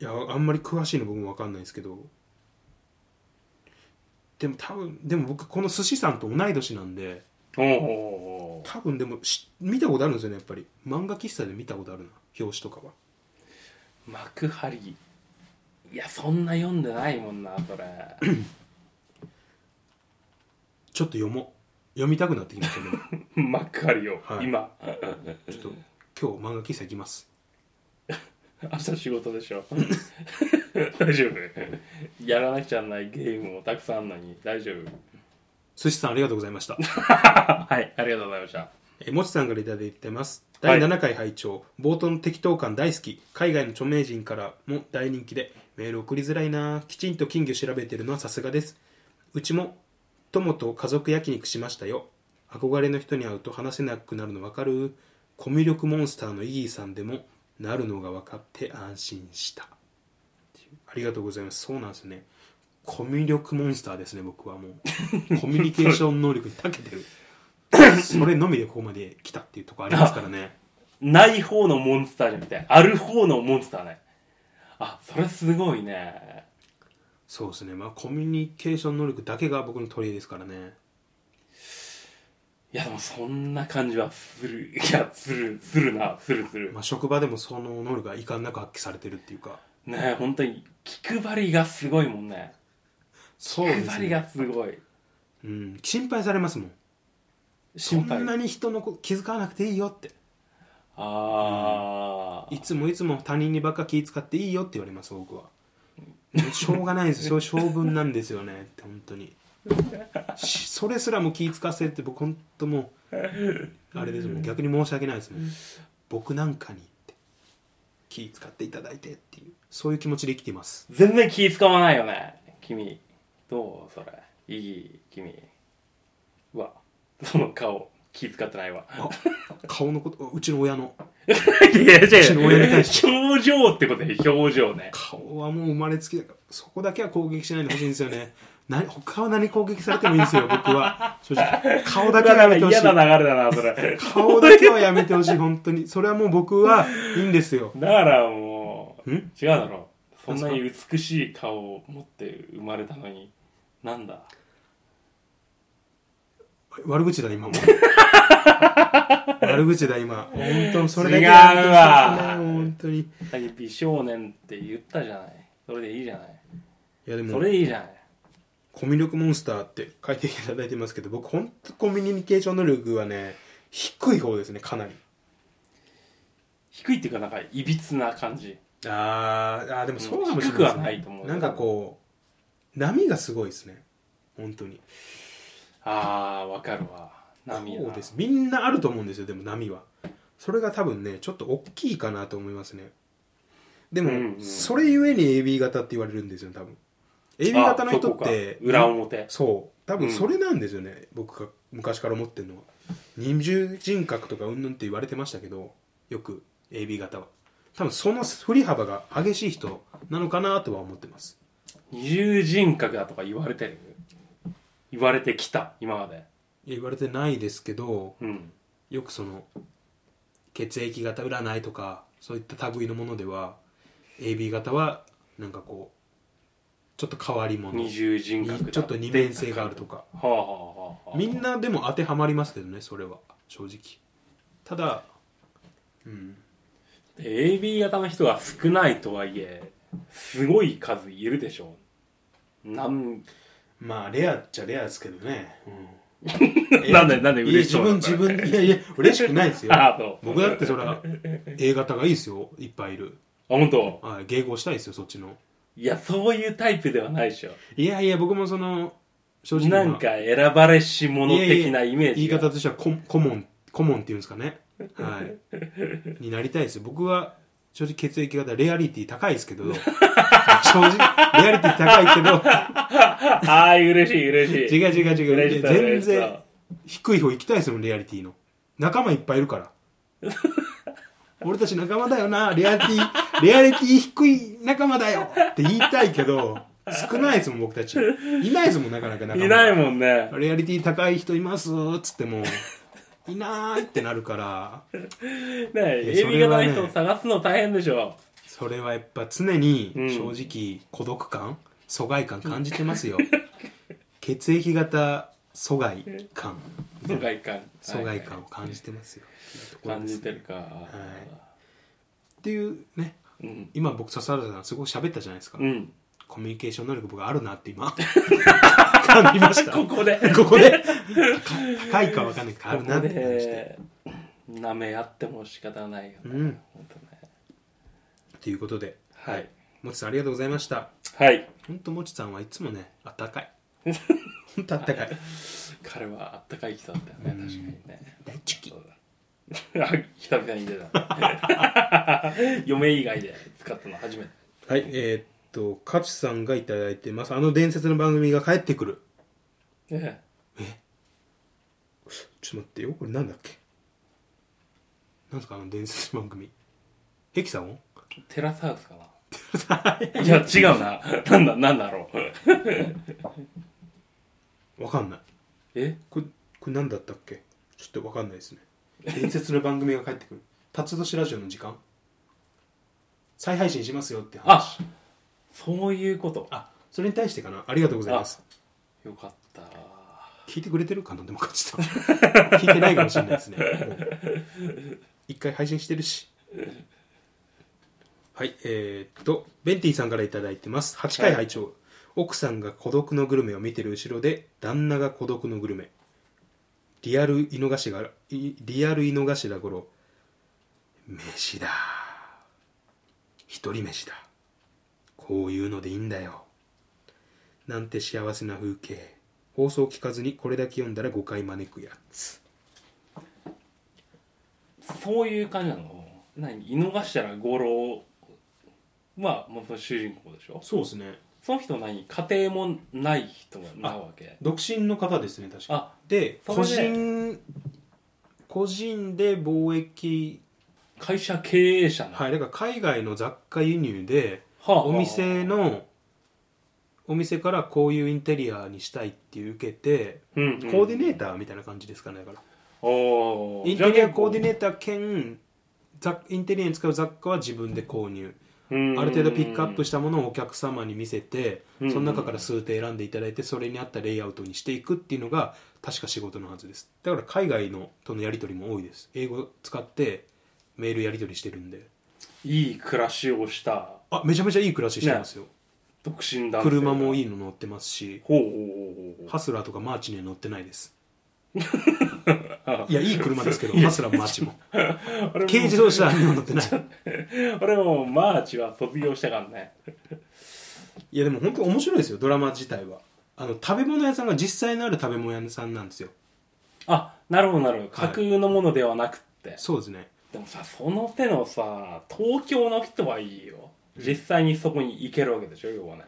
いやあんまり詳しいの僕も分かんないですけどでも多分でも僕この寿司さんと同い年なんで
おお
多分でもし見たことあるんですよねやっぱり漫画喫茶で見たことあるな表紙とかは
幕張いやそんな読んでないもんなそ れ
ちょっと読もう読みたくなってきましたね
幕張よ、
はい
今
ちょっと今日漫画喫茶行きます
明日仕事でしょ 大丈夫やらなくちゃならないゲームもたくさんあんのに大丈夫
寿司さんありがとうございました
はいありがとうございました
えーもちさんからいただいてます
は
第
い
7回拝聴、冒頭の適当感大好き海外の著名人からも大人気でメール送りづらいなきちんと金魚調べてるのはさすがですうちも友と家族焼肉しましたよ憧れの人に会うと話せなくなるの分かるコミュ力モンスターのイギーさんでもなるのが分かって安心したありがとうございますそうなんですねコミュ力モンスターですね僕はもうコミュニケーション能力に長けてる それのみでここまで来たっていうところありますからね
ない方のモンスターじゃなくてある方のモンスターねあそれすごいね
そうですねまあコミュニケーション能力だけが僕の取り柄ですからね
いやでもそんな感じはするいやするするなするする
まあ職場でもその能力が遺憾なく発揮されてるっていうか
ねえ本当に気配りがすごいもんね
そ
気
うです
配り
ね、
がすごい
うん、心配されますもん
心配
そんなに人のこと気遣わなくていいよって
ああ
いつもいつも他人にばっか気遣っていいよって言われます僕はしょうがないですそれ性分なんですよねって本当にしそれすらも気遣わせるって僕本当もうあれですもん逆に申し訳ないですもん僕なんかにって気遣っていただいてっていうそういう気持ちで生きています
全然気使わないよね君どうそれいい君うわ その顔気使ってない わ
あ顔のことうちの親の
いやいや
うちの親に対 し
表情ってことで表情ね
顔はもう生まれつきだからそこだけは攻撃しないでほしいんですよねな他は何攻撃されてもいいんですよ僕は正直顔だけはやめてほしい
嫌な流れだなそ れ
顔だけはやめてほしい本当にそれはもう僕はいいんですよ
だからもうん違うだろそんなに美しい顔を持って生まれたのになんだ
悪口だ今も悪口だ今本当それだけ
違うわ
もう本当にい
さっき美少年って言ったじゃないそれでいいじゃない
やで
そ
も
れでいいじゃない
コミュ力モンスターって書いていただいてますけど僕本当コミュニケーション能力はね低い方ですねかなり
低いっていうかなんかいびつな感じ
あーあーでもそうかもしれ
低く
ない,、
はないと思う
なんかこう波がすごいですね本当に
ああわかるわ波やな
そうですみんなあると思うんですよでも波はそれが多分ねちょっと大きいかなと思いますねでも、
うんうん
それゆえに AB 型って言われるんですよ多分 AB 型の人っ
あそ
て
こか裏表
そう多
う
分
ん
それなんですよね、僕が昔から思ってるのは二重人格とかうんぬんって言われてましたけどよく AB 型は多分その振り幅が激しい人なのかなとは思ってます
二重人格だとか言われてる言われてきた今まで
いや言われてないですけど
うん
よくその血液型占いとかそういった類のものでは AB 型はなんかこうちょっと変わり者
二重人格だ
ちょっと二面性があるとか
はあはあはあはあ
みんなでも当てはまりますけどねそれは正直ただうん
AB 型の人が少ないとはいえすごい数いるでしょなん
まあレアっちゃレアですけどね、
んなんでなんで嬉しそう
い
な
や
の
自分自分いやいや嬉しくないですよ
あそう
僕だってそれは A 型がいいですよいっぱいいる
あ本当
はい迎合したいですよそっちの
いやそういうタイプではないでしょ
いやいや僕もその正直
なんか選ばれし者
いやいや
的なイメー
言
ジ
い
が
方としてはココモンコモンっていうんですかねはいになりたいですよ僕は正直血液型レアリティ高いです けど正直レアリティ高いけど
ああ嬉しい嬉しい
違う違う違う
嬉しそう
全
嬉し
然低い方行きたいですもんレアリティの仲間いっぱいいるから 俺たち仲間だよなレアリティレアリティ低い仲間だよって言いたいけど少ないですもん僕たちいないですもんなかなか仲間
いないもんね
レアリティ高い人いますっつっ てもいないってなるから
ね
いやそ
AB
れ
型
は
の
ね
人を探すの大変でしょ
それはやっぱ常に
うん
正直孤独感、疎外感感じてま すよ血液型疎外感
疎外感
疎
はい
外
はい
感を感じてますよ、
感じてるか、
っていうね
うん
今僕笹原さんすごく喋ったじゃないですか、
うん
コミュニケーション能力僕あるなって 今感じました
こ
こ
こで
こで高高いか分かんないけどあ
こ
るな
こ
って感じて
で舐め合っても仕方ないよね、
うん
ほとね
ということで
はい
もちさんありがとうございました
はい
ほんともちさんはいつもね あったかいほんとあったかい
彼はあったかい人だったよね確かにね
大好き
そうだあ 久々に出た 嫁以外で使ったの初めて
はいえーっと勝さんがいただいてますあの伝説の番組が帰ってくる
ね
ちょっと待ってよこれなんだっけなんですかあの伝説の番組ヘキさんを
テラスハウスかないや違うななんだなんだろう
わかんない
え
これこれ何だったっけちょっとわかんないですね伝説の番組が帰ってくる「辰年ラジオ」の時間再配信しますよって話
そういうこと
あそれに対してかなありがとうございます
よかった
聞いてくれてるかなでも勝ちた 聞いてないかもしれないですねもう一回配信してるしはいえーっとベンティさんから頂いいてます8回拝聴、奥さんが孤独のグルメを見てる後ろで旦那が孤独のグルメリアル井の頭いリアル井の頭五郎飯だ一人飯だこういうのでいいんだよなんて幸せな風景放送聞かずにこれだけ読んだら誤解招くやつ
そういう感じなの何井の頭五郎まあもうその主人公でしょ
そうですね
その人何家庭もない人なわけ
独身の方ですね確か
あ
で
それ
個
で
人個人で貿易
会社経営者なの、
はいだから海外の雑貨輸入で
はあ
お店のお店からこういうインテリアにしたいって受けて
コ
コーディネー
ター
ターみたいな感じですかねだから
お
インテリアコーディ
ネ
ネーター兼雑インテリアに使う雑貨は自分で購入
ー
ある程度ピックアップしたものをお客様に見せて
う
そ
ん
の中から数点選んでいただいてそれに合ったレイアウトにしていくっていうのが確か仕事のはずですだから海外のとのやり取りも多いです英語使ってメールやり取りしてるんで
いい暮らしをした
あめちゃめちゃいい暮らししてますよ、
独身男性
車もい
い
いの乗ってますし
ほうほうほうほう
ハスラーとかマーチには乗ってないです
あ
いやいい車です けど
いや
ハスラーもマーチも
あれも
軽自動車には乗ってない
俺もマーチは卒業したからね
いやでも本当面白いですよドラマ自体はあの食べ物屋さんが実際のある食べ物屋さんなんですよ
あなるほどなるほど架空のものではなくって、
そうですね
でもさその手のさ東京の人はいいよ実際にそこに行けるわけでしょ要はね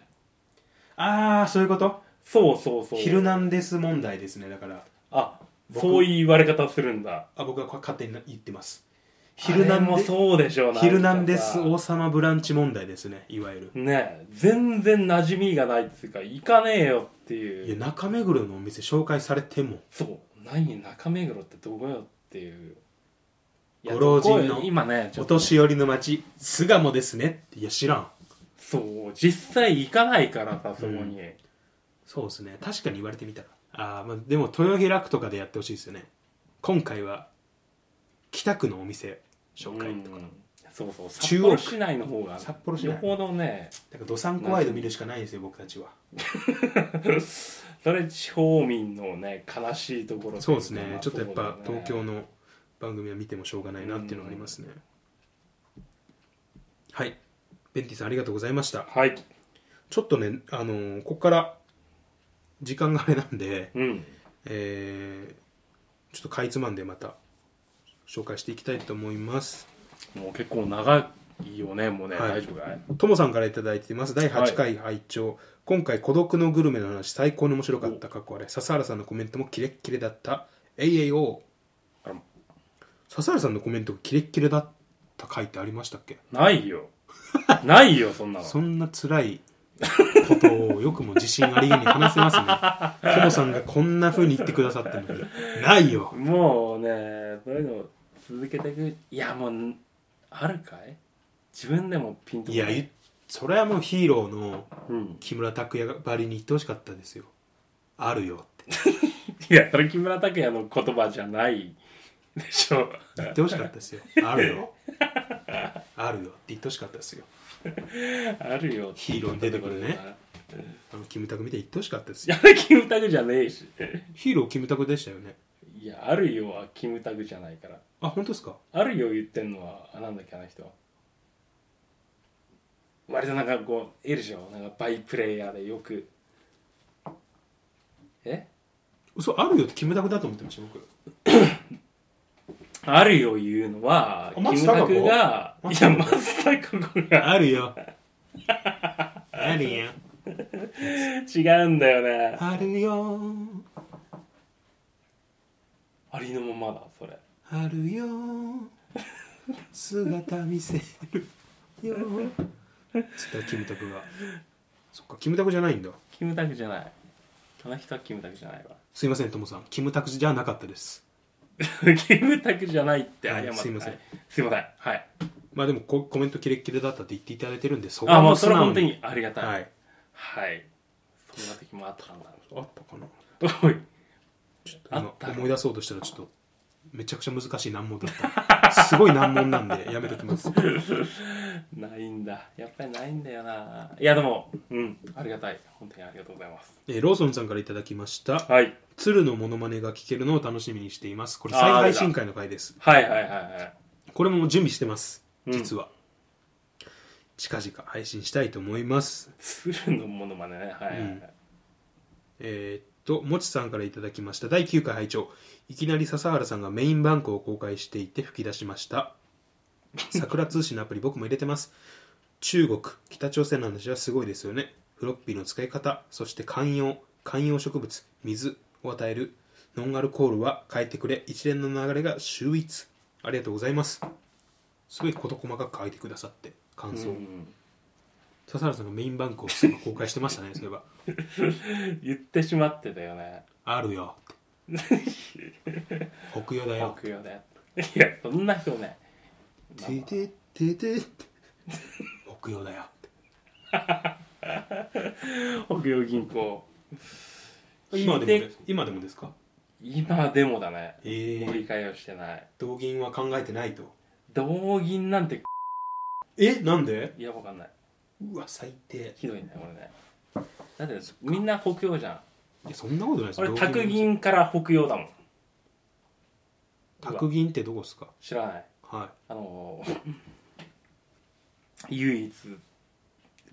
ああそういうこと
そうそう
「
そう
ヒルナンデス」問題ですねだから
あ
僕
そういう言われ方するんだ
あ僕はこれ勝手に言ってます「ヒ
昼
ルナ
なん
ン
も
デス」
そうでしょ
「ヒルナンデ
なんか
ス
さ
王様ブランチ」問題ですねいわゆる
ねえ全然馴染みがないっていうか行かねえよって
い
い
や
う
中目黒のお店紹介されても
そう何中目黒ってどこよっていういや
ご老人の
どこよ今ねちょ
お
っと
年寄りの街巣鴨ですねっていや知らん
そう実際行かないからさそこに、
そうですね確かに言われてみたらあー、まあでも豊平区とかでやってほしいですよね今回は北区のお店紹介とか、
うんそうそう
中
札
央区
幌市内の方が
札幌市内
よほどね
だからどさんこワイド見るしかないんですよ僕たちは
それ地方民のね悲しいところというか
そうですね
まあ
ちょっとやっぱ
そうだよ
東京の番組は見てもしょうがないなっていうのがありますね、はいベンティさんありがとうございました
はい
ちょっとねあのーここから時間があれなんで
うん
えーちょっとかいつまんでまた紹介していきたいと思います
もう結構長いよねもうね、
はい
大丈夫かい
ともさんから頂いています第8回拝聴、今回孤独のグルメの話最高に面白かった過去あれ笹原さんのコメントもキレッキレだった AAO
あら
笹原さんのコメントがキレッキレだった回ってありましたっけ
ないよ ないよそんなの
そんな辛いことをよくも自信ありげに話せますねともさんがこんな風に言ってくださったのにないよ
もうねそういうのを続けていくいやもうんあるかい自分でもピンとこ
いやいそれはもうヒーローの
うん、
木村拓哉ばりに言ってほしかったですよあるよって
いやそれ木村拓哉の言葉じゃないでしょ
言ってほしかった ですよあるよあるよって言ってほしかったですよ
あるよ
ヒーローに出てくるね
い
あのキムタクみたいに言ってほしかったですよ
やあれキムタクじゃねえし
ヒーローキムタクでしたよね
いやあるよはキムタクじゃないから
あ本当ですか
あるよ言ってんのはあなんだっけあの人は割となんかこういるでしょなんかバイプレイヤーでよくえ
嘘あるよってキムタクだと思ってました僕
あるよ言うのは
あ
キ
松
ム
たか
タ
子
クがい
松
や
たか
松たか子が
あるよ。あるよ。
違うんだよね
あるよ。
ありのままだそれ
あるよ。姿見せるよ。つったキムタクが。そっか、キムタクじゃないんだ。
キムタクじゃないあの人はキムタクじゃないわ
すいません、ともさん。キムタクじゃなかったです。
キムタクじゃないって謝
はい
って
すいません
はすいませんはい
まあでもココメントキレッキレだったって言っていただいてるんで、そこ
あもう
も
そ
素
れは
直
本当
に。
にありがたい
はい。
はいそんな時もあったんだ
あったかな
おい
ちょっと
あっ
今
た
思い出そうとしたらちょっとめちゃくちゃ難しい難問だったすごい難問なん でやめときます
ないんだやっぱりないんだよないやでもうんありがたい本当にありがとうございます
えーローソンさんからいただきました
はい
鶴のモノマネが聞けるのを楽しみにしていますこれ
あー
再配信会の回です
はいはいはいはい
これも準備してます
うん
実は、近々配信したいと思います
鶴のものまねねはいはいはい、
うんえーっともちさんからいただきました第9回拝聴いきなり笹原さんがメインバンクを公開していて吹き出しました桜通信のアプリ僕も入れてます中国北朝鮮の話はすごいですよねフロッピーの使い方そして観葉観葉植物水を与えるノンアルコールは変えてくれ一連の流れが秀逸ありがとうございますすごい事細かく書いてくださって感想、
うん
笹原さんがメインバンクをそういえば公開してましたねそういえば
言ってしまってたよね
ある よ北洋だよ
僕よねいやそんな人ね
ててててて北洋だよ
北洋銀行
今でも
聞い
で
て
今でもですか
今でもだね
ええ
折り返をしてない
同銀は考えてないと
同銀なんて
えなんで
いやわかんないう
わ最低
ひどいね俺ねだってみんな北洋じゃん
いやそんなことないです
俺
同
卓銀から北洋だもん
卓銀ってどこですか
知らない
は
あのー唯一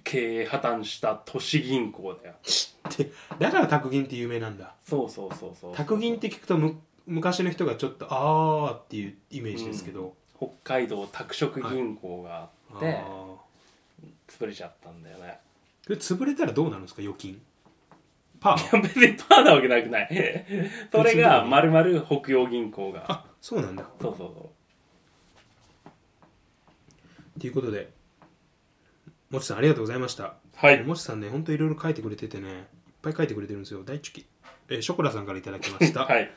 経営破綻した都市銀行だよ
い知ってだから卓銀って有名なんだ
そうそうそうそう
卓銀って聞くとむ昔の人がちょっとあーっていうイメージですけど、
北海道拓殖銀行があ
あ
っ
あ
て、
ー
潰れちゃったんだよね
で潰れたらどうなるんですか預金パ ー
別にパーなわけなくない それがまるまる北洋銀行が
あそうなんだ
そうそうそ
ということでもちさんありがとうございました
うはい
もちさんね、ほんといろいろ書いてくれててね、いっぱい書いてくれてるんですよ。大チキ。えーショコラさんからいただきました。
はい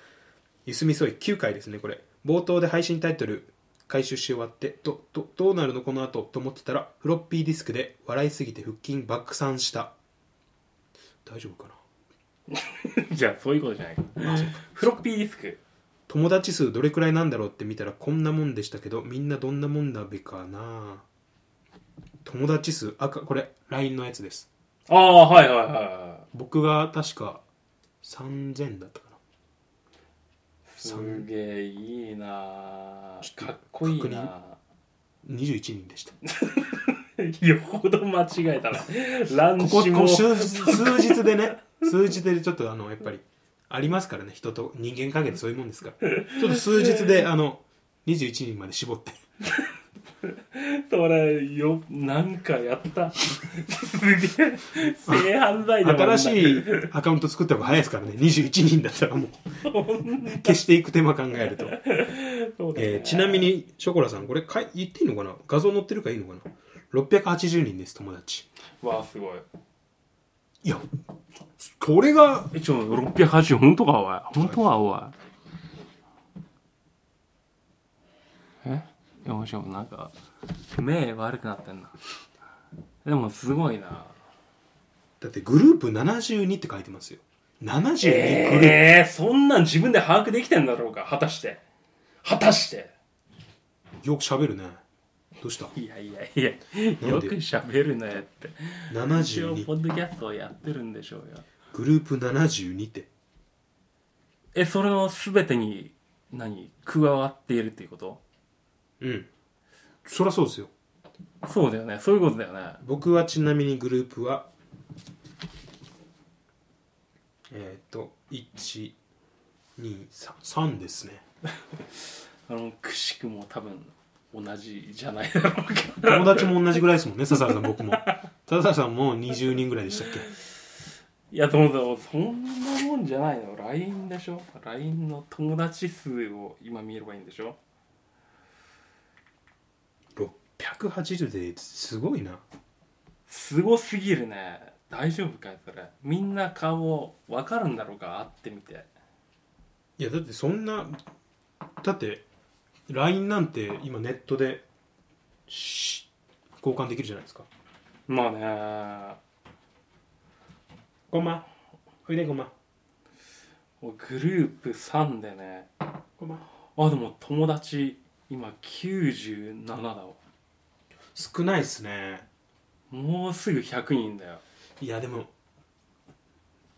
ゆすみそい9回ですね、これ。冒頭で配信タイトル、回収し終わって、ど、ど、どうなるのこの後と思ってたら、フロッピーディスクで笑いすぎて腹筋爆散した。大丈夫かな
じゃあそういうことじゃないかフロッピーディスク
友達数どれくらいなんだろうって見たらこんなもんでしたけどみんなどんなもんだべかな友達数赤これ LINE のやつです
ああはいはいはいはい
僕が確か3000だったかな
す
三
げえいいなあ
ちょっ
か
と
っこいいなあ
21人でし た
よほど間違えたな乱
ここ
視も
こ数日数日でね数日でちょっとあのやっぱりありますからね人と人間関係ってそういうもんですからちょっと数日であの21人まで絞って
それよなんかやった すげえ性犯罪だもんな
新しいアカウント作った方が早いですからね21人だったらもう消していく手間考えると、
そうだね
えーちなみにショコラさんこれかい言っていいのかな画像載ってるからいいのかな680人です友達
わあすごい
いやこれが
えちょ680本当かおい本当はおいえいやもしもなんか目悪くなってんなでもすごいな
だってグループ72って書いてますよ72グループ、
ええそんなん自分で把握できてんだろうか果たして果たして
よく喋るねどうした
いやいやいや
で
よく喋るねって一応ポ
72
ッドキャストをやってるんでしょうよ
グループ72って
えそれの全てに何加わっているっていうこと
うんそりゃそうですよ
そうだよねそういうことだよね
僕はちなみにグループはえっ、ー、と1233です ね
あのくしくも多分同じじゃないだろうか
友達も同じぐらいですもんね笹原さん僕も笹原さんも20人ぐらいでしたっけ
いやでもでもそんなもんじゃないの LINE でしょ LINE の友達数を今見ればいいんでしょ
680ですごいな
すごすぎるね大丈夫かいそれみんな顔わかるんだろうか会ってみて
いやだってそんなだって LINE なんて今ネットでし交換できるじゃないですか
まあね
ごまおいでごま
グループ3でね
ごま
あでも友達今97だわ
少ないっすね
もうすぐ100人だよ
いやでも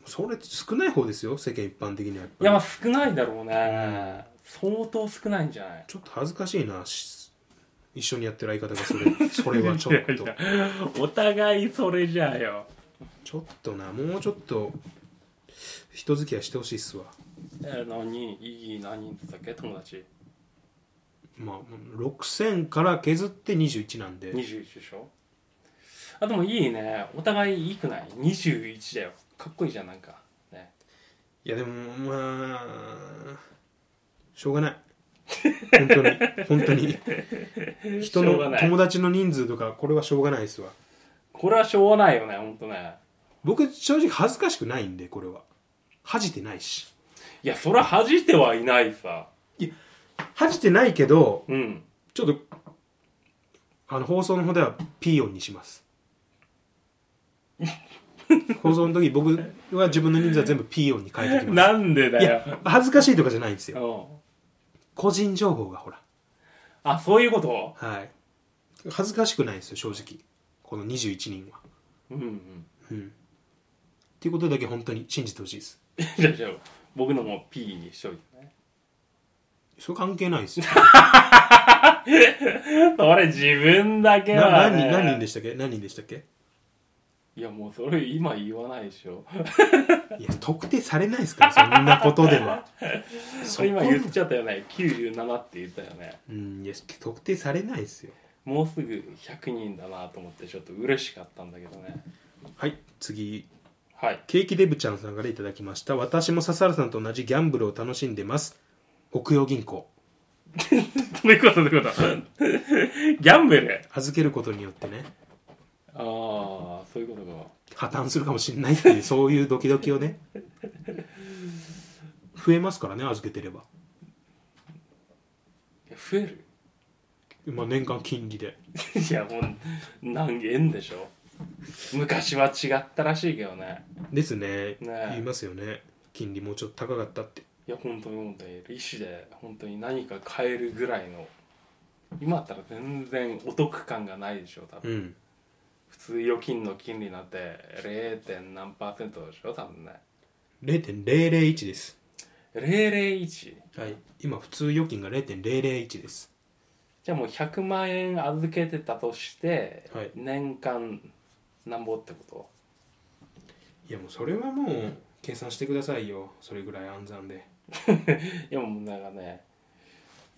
それ少ない方ですよ世間一般的にはやっ
い
ぱ
やま
り
あ少ないだろうね、相当少ないんじゃない
ちょっと恥ずかしいなし一緒にやってる相方がそ れそれはちょっと
いやいやお互いそれじゃあよ
ちょっとなもうちょっと人付き合いしてほしいっすわ
え何意義何人だっけ友達
まあ6000から削って21なんで
21でしょあでもいいねお互いいいくない21だよかっこいいじゃんなんかね
いやでもまあしょうがない本当 に本当に人
しょうが
の
ない
友達の人数とかこれはしょうがないですわ
これはしょうがないよねほんとね
僕正直恥ずかしくないんでこれは恥じてないし
いやそりゃ恥じてはいないさ
恥じてないけど
うん
ちょっとあの放送の方ではピー音にしま す放送の時僕は自分の人数は全部ピー音に変えてきま
なんですだ
い
よ
や恥ずかしいとかじゃないんですよ
うん
個人情報がほら
あそういうこと
はい恥ずかしくないんですよ正直この21人は
うんうん
うんっていうことだけ本当に信じてほしいです
じゃあじゃあ僕のも P にしといてね
それ関係ないですよ
それ自分だけ
な
は、
何
ね、
人何人でしたっけ何人でしたっけ
いやもうそれ今言わないでしょ
いや特定されないですからそんなことでは そ
今言っちゃったよね97って言ったよね
うんいや特定されないですよ
もうすぐ100人だなと思ってちょっと嬉しかったんだけどね
はい次
はい
ケーキデブちゃんさんからいただきました私も笹原さんと同じギャンブルを楽しんでます北洋銀行
どういうことどういうこと ギャンブル
預けることによってね
ああそういうことか
破綻するかもしれないって いうそういうドキドキをね増えますからね預けてれば、
いや増える
まあ、年間金利で
いやもう何円でしょ昔は違ったらしいけどね
ですね
ね
言いますよね金利もうちょっと高かったって
いや本当に本当に利子で本当に何か買えるぐらいの今だったら全然お得感がないでしょ多分
うん
普通預金の金利なんて 0. 何パーセントでしょ多分ね
0.001です、
001
はい、今普通預金が0.001です
じゃあもう100万円預けてたとして、
はい
年間なんぼってこ
いやもうそれはもう計算してくださいよそれぐらい暗算で
と いやもうなんかね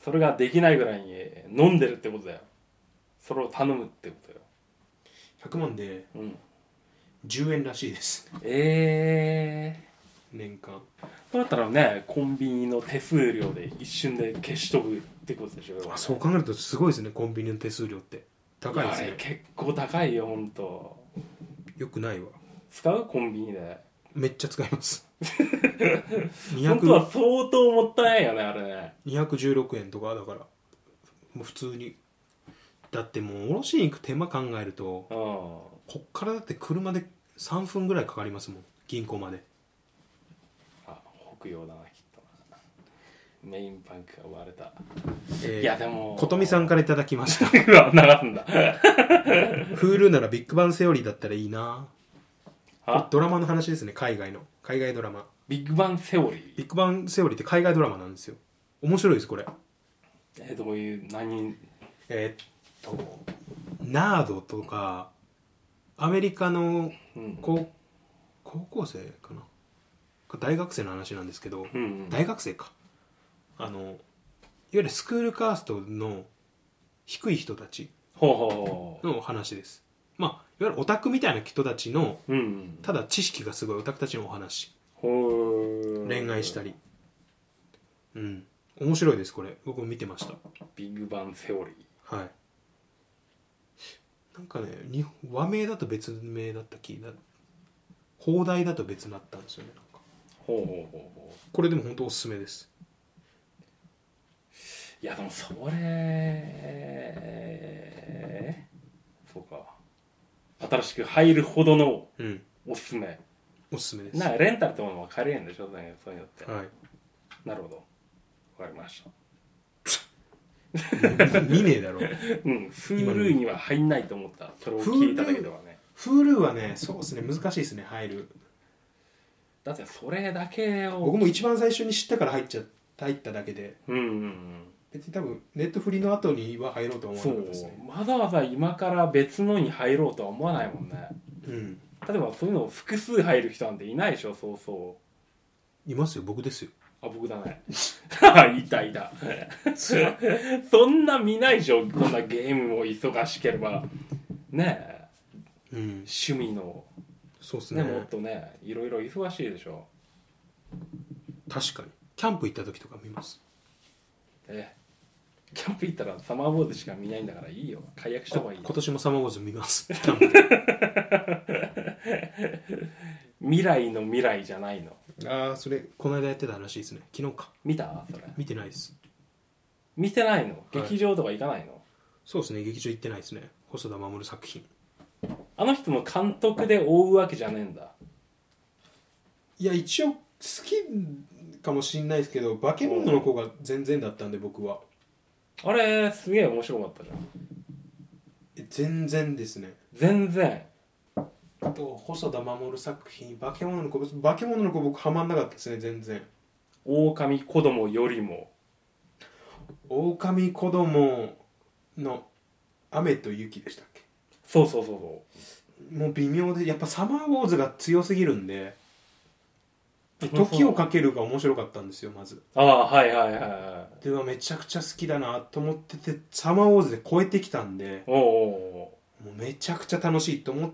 それができないぐらいに飲んでるってことだよそれを頼むってことよ
100万で
うん
10円らしいです
ええ
年間
そうだったらねコンビニの手数料で一瞬で消し飛ぶってことでしょ
あそう考えるとすごいですねコンビニの手数料って高
い
いで
やあ
す
れ
ね
結構高いよほんと
よくないわ
使うコンビニで
めっちゃ使います
本当は
200
相当もったいないよねあれね
216円とかだからもう普通にだってもう卸しに行く手間考えると
うん
こっからだって車で3分ぐらいかかりますもん銀行まで
あ北洋だなきっとなメインパンクが割れた
えー
いやでも
ことみさんからいただきました
うわ流すんだ
Hulu ならビッグバンセオリーだったらいいな
あ
ドラマの話ですね海外の海外ドラマ
ビッグバンセオリー
ビッグバンセオリーって海外ドラマなんですよ面白いですこれ
えどういう何
えーっとナードとかアメリカの
うん
高高校生かな大学生の話なんですけど
うんうん
大学生かあのいわゆるスクールカーストの低い人たち
ほうほうほ
の話ですまあいわゆるオタクみたいな人たちの
ううん
ただ知識がすごいオタクたちのお話
ほう
恋愛したりうん面白いですこれ僕も見てました
ビッグバンセオリー
はいなんかね日本和名だと別名だった気だ放題だと別だったんですよねなんか
ほうほうほうほ
これでも本当おすすめです
ういやでもそれそうか新しく入るほどの
うん
おすすめ
おすすめです
なんかレンタルってものは借りれるんでしょそういうのって、
はい
なるほどわかりました
見ねえだろ
うん、Hulu には入んないと思ったそれを聞いただけではね
Hulu はねそうですね難しいですね入る
だってそれだけを
僕も一番最初に知ったから入っちゃ入っただけで
うんうん
別に多分ネットフリの後には入ろうと
う
は
んそ
思わなかった
う
ですね
わざわざ今から別のに入ろうとは思わないもんね
うん
例えばそういうのを複数入る人なんていないでしょそうそ
いますよ僕ですよ
うあ僕だねいたいた そんな見ないでしょこんなゲームを忙しければねえ
うん
趣味の
そうですね
ねもっとねいろいろ忙しいでしょ
確かにキャンプ行った時とか見ます
ええキャンプ行ったらサマーボーズしか見ないんだからいいよ解約した方がいいよ
今年もサマーウォーズ見ますキャンプで
未来の未来じゃないの
ああそれこの間やってた話ですね昨日か
見たそれ
見てないです
見てないの
い
劇場とか行かないの、
そうですね劇場行ってないですね細田守作品
あの人の監督で追うわけじゃねえんだ
いや一応好きかもしんないですけど化け物の子が全然だったんで僕は
あれすげえ面白かったじゃん
え全然ですね
全然
あと細田守作品化け物の子化け物の子僕ハマんなかったですね全然
狼子供よりも
狼子供の雨と雪でしたっけ
そうそうそうそ
もう微妙でやっぱサマーウォーズが強すぎるんで
あ
時をかけるが面白かったんですよまず
うああはいはいはいは
ではめちゃくちゃ好きだなと思っててサマーウォーズで超えてきたんで
いおうおう
もうめちゃくちゃ楽しいと思っ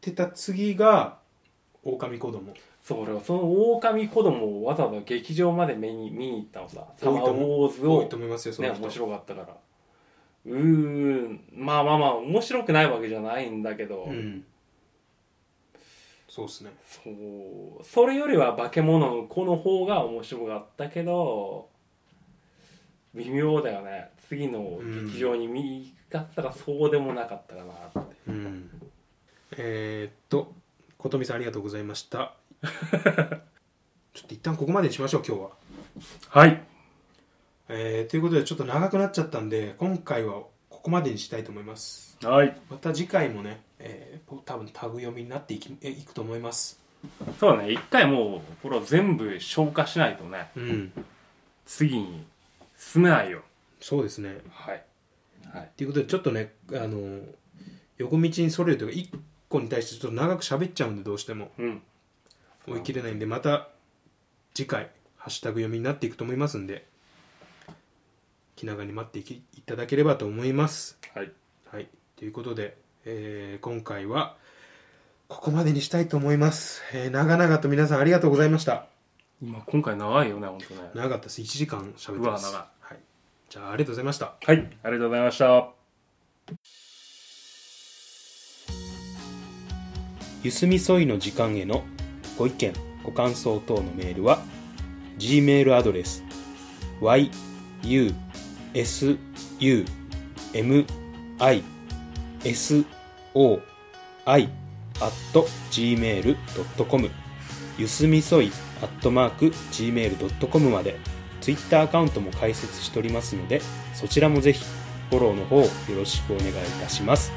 てた次が狼子供
そう俺はその狼子供をわざわざ劇場まで見に見に行ったのさサ
多
マ
い
ー
と
ウ
思
ォーズ
多
を
いと思いますよそ
ね
の人、
面白かったからうーんまあまあまあ面白くないわけじゃないんだけど、
うんそうですね
そうそれよりは化け物の子の方が面白かったけど微妙だよね次の劇場に見行かったらそうでもなかったかなって、
うんえー、っと琴美さんありがとうございましたちょっと一旦ここまでにしましょう今日は
はい
えーということでちょっと長くなっちゃったんで今回はここまでにしたいと思います
はい
また次回もね、えー多分タグ読みになっていきえいくと思います
そうだね一回もうこれを全部消化しないとね
うん
次に進めないよ
そうですね
はいはい
ということでちょっとねあのー横道にそれるというか一個に対してちょっと長く喋っちゃうんでどうしても
うん
追い切れないんでまた次回ハッシュタグ読みになっていくと思いますんで気長に待っていきいただければと思います
はい
はい、ということで、えー今回はここまでにしたいと思います、えー長々と皆さんありがとうございました
今今回長いよね本当ね
長かったです1時間喋ってます
うわ長い
はい、じゃあありがとうございました
はいありがとうございました
ゆすみそいの時間へのご意見ご感想等のメールは g メールアドレス y u s u m i s o i gmail.com ゆすみそい gmail.com までツイッターアカウントも開設しておりますのでそちらもぜひフォローの方よろしくお願いいたします